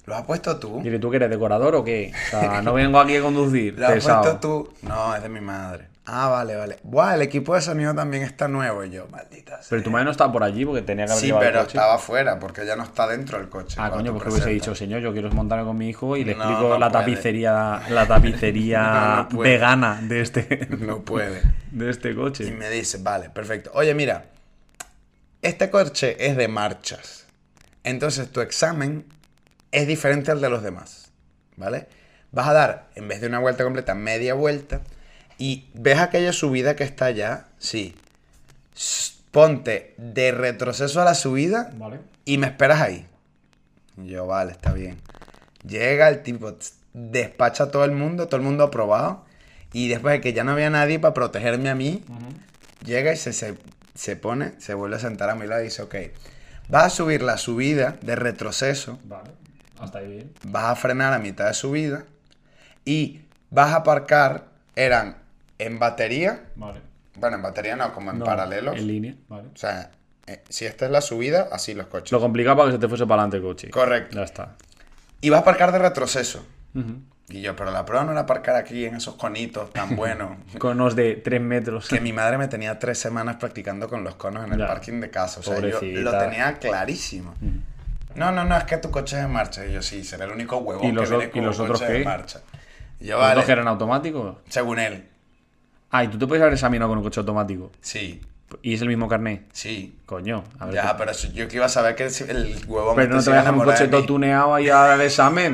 Speaker 2: ¿Los has puesto tú?
Speaker 3: Dile, ¿tú que eres decorador o qué? O sea, no vengo aquí
Speaker 2: [laughs]
Speaker 3: a conducir.
Speaker 2: ¿Los has
Speaker 3: pesado.
Speaker 2: puesto tú? No, es de mi madre. Ah, vale, vale. Buah, el equipo de sonido también está nuevo. Y yo, maldita sea.
Speaker 3: Pero tu madre no estaba por allí porque tenía que haber
Speaker 2: Sí,
Speaker 3: llevado el
Speaker 2: pero
Speaker 3: coche.
Speaker 2: estaba afuera, porque ya no está dentro del coche.
Speaker 3: Ah,
Speaker 2: cuando
Speaker 3: coño,
Speaker 2: tú
Speaker 3: porque hubiese
Speaker 2: presentas.
Speaker 3: dicho, señor, yo quiero montarme con mi hijo y le
Speaker 2: No,
Speaker 3: explico
Speaker 2: no
Speaker 3: la
Speaker 2: puede.
Speaker 3: tapicería, la
Speaker 2: [laughs]
Speaker 3: tapicería
Speaker 2: No, no puede.
Speaker 3: vegana de este, [laughs]
Speaker 2: No puede.
Speaker 3: de este
Speaker 2: Y
Speaker 3: coche.
Speaker 2: me dice, vale, perfecto. Oye, mira, este coche es de marchas. Entonces tu examen es diferente al de los demás. ¿Vale? Vas a dar, en vez de una vuelta completa, media vuelta. Y ves aquella subida que está allá, sí. S- Ponte de retroceso a la subida
Speaker 4: Vale.
Speaker 2: y me esperas ahí. Y Yo, vale, está bien. Llega el tipo, tss, despacha a todo el mundo, todo el mundo aprobado. Y después de que ya no había nadie para protegerme a mí, llega y se, se, se pone, se vuelve a sentar a mi lado y dice, ok, vas a subir la subida de retroceso,
Speaker 4: Vale. Hasta ahí bien.
Speaker 2: vas a frenar a mitad de subida y vas a aparcar, eran en batería,
Speaker 4: Vale.
Speaker 2: bueno, en batería no, como en
Speaker 3: No,
Speaker 2: paralelos.
Speaker 3: En línea.
Speaker 4: Vale.
Speaker 2: O sea, eh, si esta es la subida, así los coches.
Speaker 3: Lo complicaba para que se te fuese para adelante el coche.
Speaker 2: Correcto.
Speaker 3: Ya está.
Speaker 2: Y vas a aparcar de retroceso.
Speaker 3: Ujú.
Speaker 2: Y yo, pero la prueba no era aparcar aquí en esos conitos
Speaker 3: [laughs]
Speaker 2: tan buenos.
Speaker 3: Conos de 3 metros.
Speaker 2: que mi madre me tenía tres semanas practicando con los conos en el
Speaker 3: Ya.
Speaker 2: parking de casa. O sea, yo lo
Speaker 3: Pobrecita. Mm.
Speaker 2: tenía clarísimo. No, no, no, es que tu coche es en marcha. Y yo, sí, seré el único huevón
Speaker 3: ¿Y
Speaker 2: que
Speaker 3: los o-
Speaker 2: viene
Speaker 3: y
Speaker 2: con
Speaker 3: los
Speaker 2: un
Speaker 3: otros
Speaker 2: coche en
Speaker 3: qué?
Speaker 2: marcha. Y yo,
Speaker 3: ¿Los
Speaker 2: vale,
Speaker 3: dos que eran automáticos?
Speaker 2: según él,
Speaker 3: Ah, y tú te puedes haber examinado con un coche automático.
Speaker 2: sí,
Speaker 3: Y es el mismo carnet.
Speaker 2: sí.
Speaker 3: Coño, a ver.
Speaker 2: Ya,
Speaker 3: qué-
Speaker 2: pero eso- yo que iba a saber que el- el huevón...
Speaker 3: Pero
Speaker 2: este
Speaker 3: no te
Speaker 2: se iba
Speaker 3: voy a dejar un
Speaker 2: enamorar de
Speaker 3: coche todo
Speaker 2: mí.
Speaker 3: tuneado ahí al examen.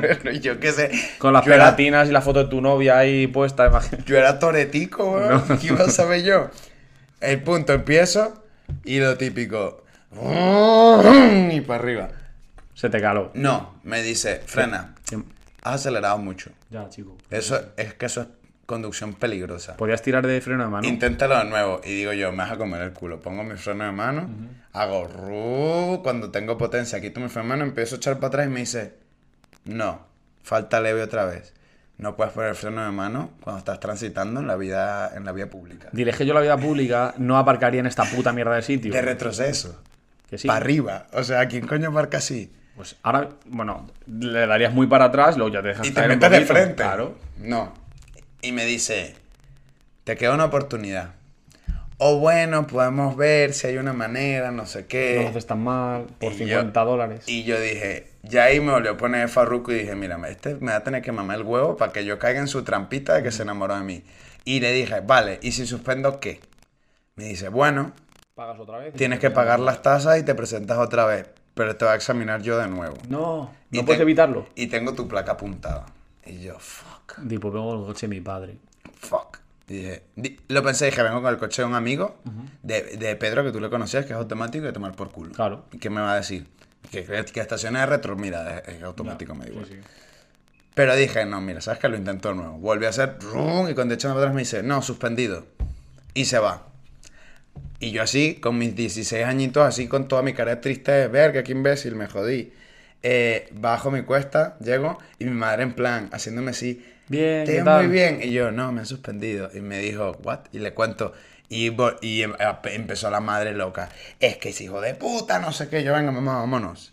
Speaker 2: [laughs] Pero [laughs] yo qué sé.
Speaker 3: Con las
Speaker 2: yo era-
Speaker 3: pegatinas y la foto de tu novia ahí puesta. imagínate.
Speaker 2: Yo era toretico, weón. [laughs] ¿Qué iba a saber yo? El punto, empiezo y lo típico. Y para arriba.
Speaker 3: [laughs] Se te caló.
Speaker 2: No, me dice, frena, has acelerado mucho.
Speaker 3: Ya, chico.
Speaker 2: Eso es que eso es conducción peligrosa.
Speaker 3: Podías tirar de freno de mano.
Speaker 2: Inténtalo de nuevo. Y digo yo, me vas a comer el culo. Pongo mi freno de mano, hago ru, cuando tengo potencia, quito mi freno de mano, empiezo a echar para atrás y me dice, no, falta leve otra vez. No puedes poner el freno de mano cuando estás transitando en la vida, en la vía pública.
Speaker 3: Diré que yo la vida pública no aparcaría en esta puta mierda de sitio.
Speaker 2: De retroceso.
Speaker 3: que sí.
Speaker 2: Para arriba. O sea, ¿quién coño marca así?
Speaker 3: Pues ahora, bueno, le darías muy para atrás, luego ya te dejas
Speaker 2: Y te
Speaker 3: caer un
Speaker 2: metes de
Speaker 3: poquito.
Speaker 2: frente.
Speaker 3: Claro.
Speaker 2: No. Y me dice, te queda una oportunidad. O bueno, podemos ver si hay una manera, no sé
Speaker 3: No lo
Speaker 2: qué.
Speaker 3: haces tan mal, por
Speaker 2: Eh, Y yo-
Speaker 3: 50 dólares.
Speaker 2: Y yo dije, ya ahí me volvió a poner el farruco y dije, mira, este me va a tener que mamar el huevo para que yo caiga en su trampita de que se enamoró de mí. Y le dije, vale, ¿y si suspendo qué? Me dice, bueno,
Speaker 3: Pagas otra vez.
Speaker 2: tienes que pagar las tasas y te presentas otra vez, pero te voy a examinar yo de nuevo.
Speaker 3: No,
Speaker 2: Y
Speaker 3: no puedes
Speaker 2: te-
Speaker 3: evitarlo.
Speaker 2: Y tengo tu placa apuntada. Y yo, fuck,
Speaker 3: Tipo, "Pues vengo el coche de mi padre.
Speaker 2: fuck. Y dije, di- lo pensé, dije, vengo con el coche de un amigo, de, de Pedro, que tú le conocías, que es automático, y a tomar por culo.
Speaker 3: Claro.
Speaker 2: ¿Y ¿Qué me va a decir? Que crees que estaciona de retro, mira, es, es automático, me digo.
Speaker 3: sí.
Speaker 2: Pero dije, no, mira, sabes que lo intentó de nuevo. Volví a hacer, rum, y cuando echando para atrás me dice, no, suspendido. Y se va. Y yo así, con mis 16 añitos, así con toda mi cara triste de verga, qué imbécil, me jodí. Eh, bajo mi cuesta, llego y mi madre en plan, haciéndome así,
Speaker 3: Bien,
Speaker 2: te
Speaker 3: ¿qué
Speaker 2: ves
Speaker 3: tal?
Speaker 2: muy bien. Y yo, no, me han suspendido. Y me dijo, what? Y le cuento. Y, vo- y em- a- empezó la madre loca. Es que es hijo de puta, no sé qué. Yo, venga, mamá, vámonos.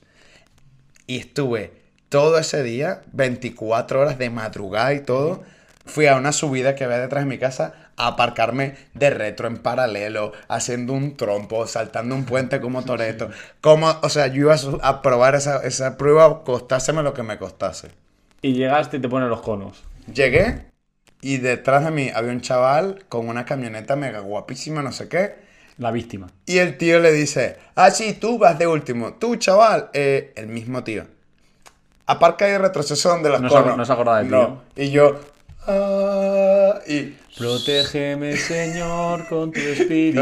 Speaker 2: Y estuve todo ese día, 24 horas de madrugada y todo. Fui a una subida que había detrás de mi casa a aparcarme de retro en paralelo, haciendo un trompo, saltando un puente como Toreto. Como, o sea, yo iba a su- a probar esa, esa prueba, costáseme lo que me costase.
Speaker 3: Y llegaste y te ponen los conos.
Speaker 2: Llegué y detrás de mí había un chaval con una camioneta mega guapísima, no sé qué.
Speaker 3: La víctima.
Speaker 2: Y el tío le dice, ah, sí, tú vas de último. Tú, chaval, eh, el mismo tío. Aparca y retroceso donde las
Speaker 3: No se-
Speaker 2: conos.
Speaker 3: no se acordaba del
Speaker 2: Y yo, ah, y...
Speaker 3: Protégeme, Señor, con tu espíritu.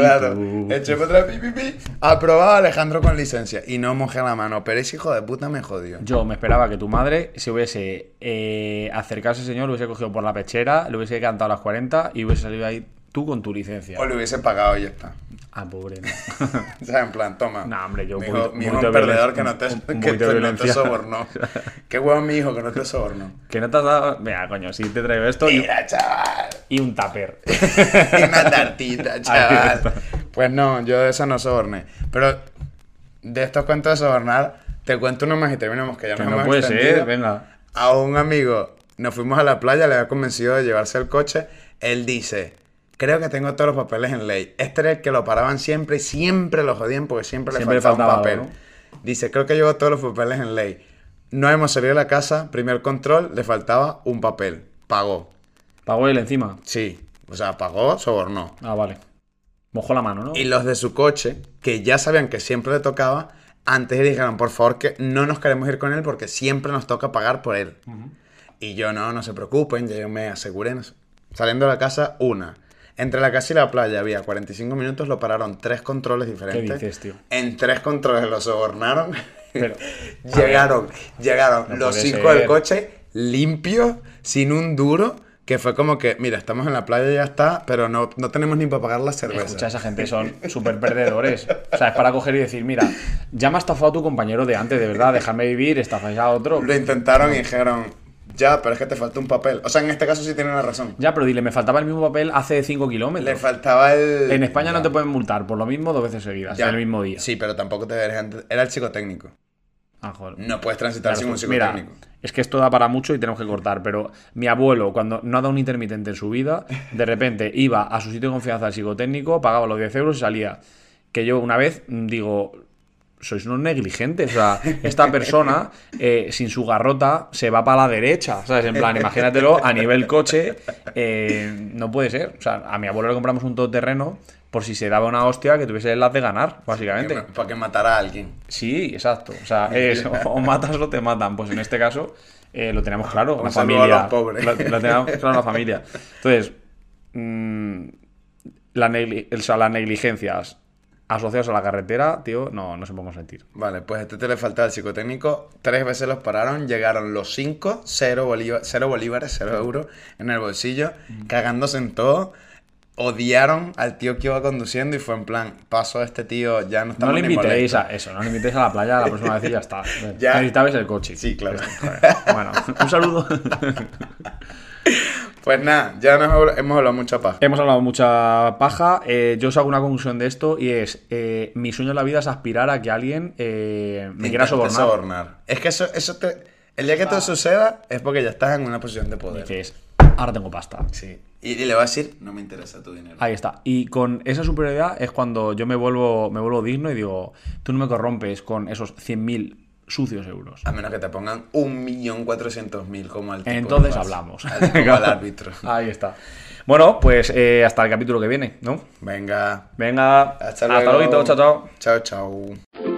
Speaker 2: [laughs] Claro, eché para atrás, pi, pi, pi. Aprobado Alejandro con licencia. Y no mojé la mano, pero ese hijo de puta me jodió.
Speaker 3: Yo me esperaba que tu madre se hubiese eh, acercado a ese señor, lo hubiese cogido por la pechera, le hubiese cantado a las 40 y hubiese salido ahí tú con tu licencia.
Speaker 2: O le hubiese pagado y ya está. [laughs]
Speaker 3: Ah, pobre. no. [laughs]
Speaker 2: O sea, en plan, toma.
Speaker 3: Nah, hombre, yo un
Speaker 2: mi
Speaker 3: poquito-
Speaker 2: hijo,
Speaker 3: un
Speaker 2: mi hijo
Speaker 3: poquito
Speaker 2: un
Speaker 3: de
Speaker 2: perdedor
Speaker 3: violen-
Speaker 2: que no te,
Speaker 3: un- un
Speaker 2: [laughs] que
Speaker 3: poquito de
Speaker 2: te- no te
Speaker 3: violencia. [laughs]
Speaker 2: sobornó. Qué huevo mi hijo que no te sobornó.
Speaker 3: que no te has dado. Mira, coño, si te traigo esto y,
Speaker 2: Mira, chaval.
Speaker 3: y
Speaker 2: [laughs]
Speaker 3: un tupper.
Speaker 2: Y Una tartita,
Speaker 3: Ahí
Speaker 2: chaval.
Speaker 3: está.
Speaker 2: Pues no, yo de eso no soborné. Pero de estos cuentos de sobornar, te cuento uno más y terminamos que ya
Speaker 3: Que
Speaker 2: nos
Speaker 3: no
Speaker 2: hemos
Speaker 3: puede ser,
Speaker 2: extendido.
Speaker 3: venga.
Speaker 2: A un amigo, nos fuimos a la playa, le había convencido de llevarse el coche. Él dice, creo que tengo todos los papeles en ley. Este era el que lo paraban siempre y siempre lo jodían porque siempre le
Speaker 3: Siempre le
Speaker 2: faltaba, un
Speaker 3: faltaba
Speaker 2: papel.
Speaker 3: algo,
Speaker 2: Dice, creo que llevo todos los papeles en ley. No hemos salido de la casa, primer control, le faltaba un papel. Pagó.
Speaker 3: Pagó él encima.
Speaker 2: Sí. O sea, pagó, sobornó.
Speaker 3: Ah, vale. Mojó la mano, ¿no?
Speaker 2: Y los de su coche, que ya sabían que siempre le tocaba, antes le dijeron, por favor, que no nos queremos ir con él porque siempre nos toca pagar por él. Y yo, no, no se preocupen, ya yo me aseguré. no sé. Saliendo de la casa, una. Entre la casa y la playa había 45 minutos, lo pararon tres controles diferentes.
Speaker 3: dices, tío?
Speaker 2: En tres controles lo sobornaron. [laughs]
Speaker 3: Pero-
Speaker 2: llegaron, llegaron
Speaker 3: No
Speaker 2: los
Speaker 3: puede
Speaker 2: cinco
Speaker 3: ser.
Speaker 2: del coche limpios, sin un duro, que fue como que, mira, estamos en la playa ya está, pero no, no tenemos ni para pagar la cerveza.
Speaker 3: Escucha, esa gente son súper perdedores. O sea, es para coger y decir, mira, ya me ha estafado tu compañero de antes, de verdad, déjame vivir, estafáis a otro.
Speaker 2: Lo intentaron y dijeron, ya, pero es que te falta un papel. O sea, en este caso sí tienen la razón.
Speaker 3: Ya, pero dile, me faltaba el mismo papel hace 5
Speaker 2: Le
Speaker 3: kilómetros.
Speaker 2: faltaba el...
Speaker 3: En España no te pueden multar por lo mismo dos veces seguidas,
Speaker 2: Ya.
Speaker 3: en el mismo día.
Speaker 2: Sí, pero tampoco te deberían... Era el psicotécnico.
Speaker 3: Ah, joder.
Speaker 2: No puedes transitar sin un
Speaker 3: pues, Mira,
Speaker 2: psicotécnico.
Speaker 3: es que esto da para mucho y tenemos que cortar, pero mi abuelo, cuando no ha dado un intermitente en su vida, de repente iba a su sitio de confianza del psicotécnico, pagaba los 10 euros y salía. Que yo una vez mm, digo, sois unos negligentes, o sea, esta persona eh, sin su garrota se va para la derecha, ¿sabes? En plan, imagínatelo a nivel coche, eh, no puede ser. O sea, a mi abuelo le compramos un todoterreno por si se daba una hostia que tuviese las de ganar, básicamente.
Speaker 2: Que- Para que matara a alguien.
Speaker 3: Sí, exacto.
Speaker 2: [laughs]
Speaker 3: O sea, es, o matas o te matan. Pues en este caso eh, lo tenemos claro,
Speaker 2: Un
Speaker 3: la
Speaker 2: saludo
Speaker 3: familia.
Speaker 2: a los pobres.
Speaker 3: Lo, lo tenemos claro la familia. Entonces, mm, la, negli- o sea, las negligencias asociadas a la carretera, tío, no, no se pueden sentir.
Speaker 2: Vale, pues a este te le faltaba el psicotécnico. Tres veces los pararon, llegaron los cinco, cero, bolíva- cero bolívares, cero euros en el bolsillo,
Speaker 3: Mm.
Speaker 2: cagándose en todo. Odiaron al tío que iba conduciendo y fue en plan, paso a este tío, ya no
Speaker 3: No
Speaker 2: estamos
Speaker 3: le
Speaker 2: ni
Speaker 3: invitéis
Speaker 2: molestos.
Speaker 3: a eso, no le invitéis a la playa la próxima vez y ya está.
Speaker 2: [laughs] Ya.
Speaker 3: Necesitabais el coche.
Speaker 2: Sí, claro. [laughs]
Speaker 3: Bueno, un saludo.
Speaker 2: Pues nada, ya nos habl- hemos hablado mucha paja.
Speaker 3: Hemos hablado mucha paja. eh, yo os hago una conclusión de esto y es: eh, mi sueño en la vida es aspirar a que alguien eh, me quiera
Speaker 2: Intenta
Speaker 3: sobornar.
Speaker 2: Es que eso, eso te... El
Speaker 3: Ah.
Speaker 2: día que te suceda es porque ya estás en una posición de poder.
Speaker 3: Dices, ahora tengo pasta.
Speaker 2: Sí. Y, y le vas a decir, no me interesa tu dinero.
Speaker 3: Ahí está. Y con esa superioridad es cuando yo me vuelvo, me vuelvo digno y digo, tú no me corrompes con esos 100.000 sucios euros.
Speaker 2: A menos que te pongan 1.400.000 como al tipo
Speaker 3: Entonces
Speaker 2: de Vaz,
Speaker 3: hablamos.
Speaker 2: al- Como
Speaker 3: [laughs]
Speaker 2: al árbitro.
Speaker 3: Ahí está. Bueno, pues eh, hasta el capítulo que viene, ¿no?
Speaker 2: Venga.
Speaker 3: Venga,
Speaker 2: Hasta luego.
Speaker 3: luego, chao, chao.
Speaker 2: Chao, chao.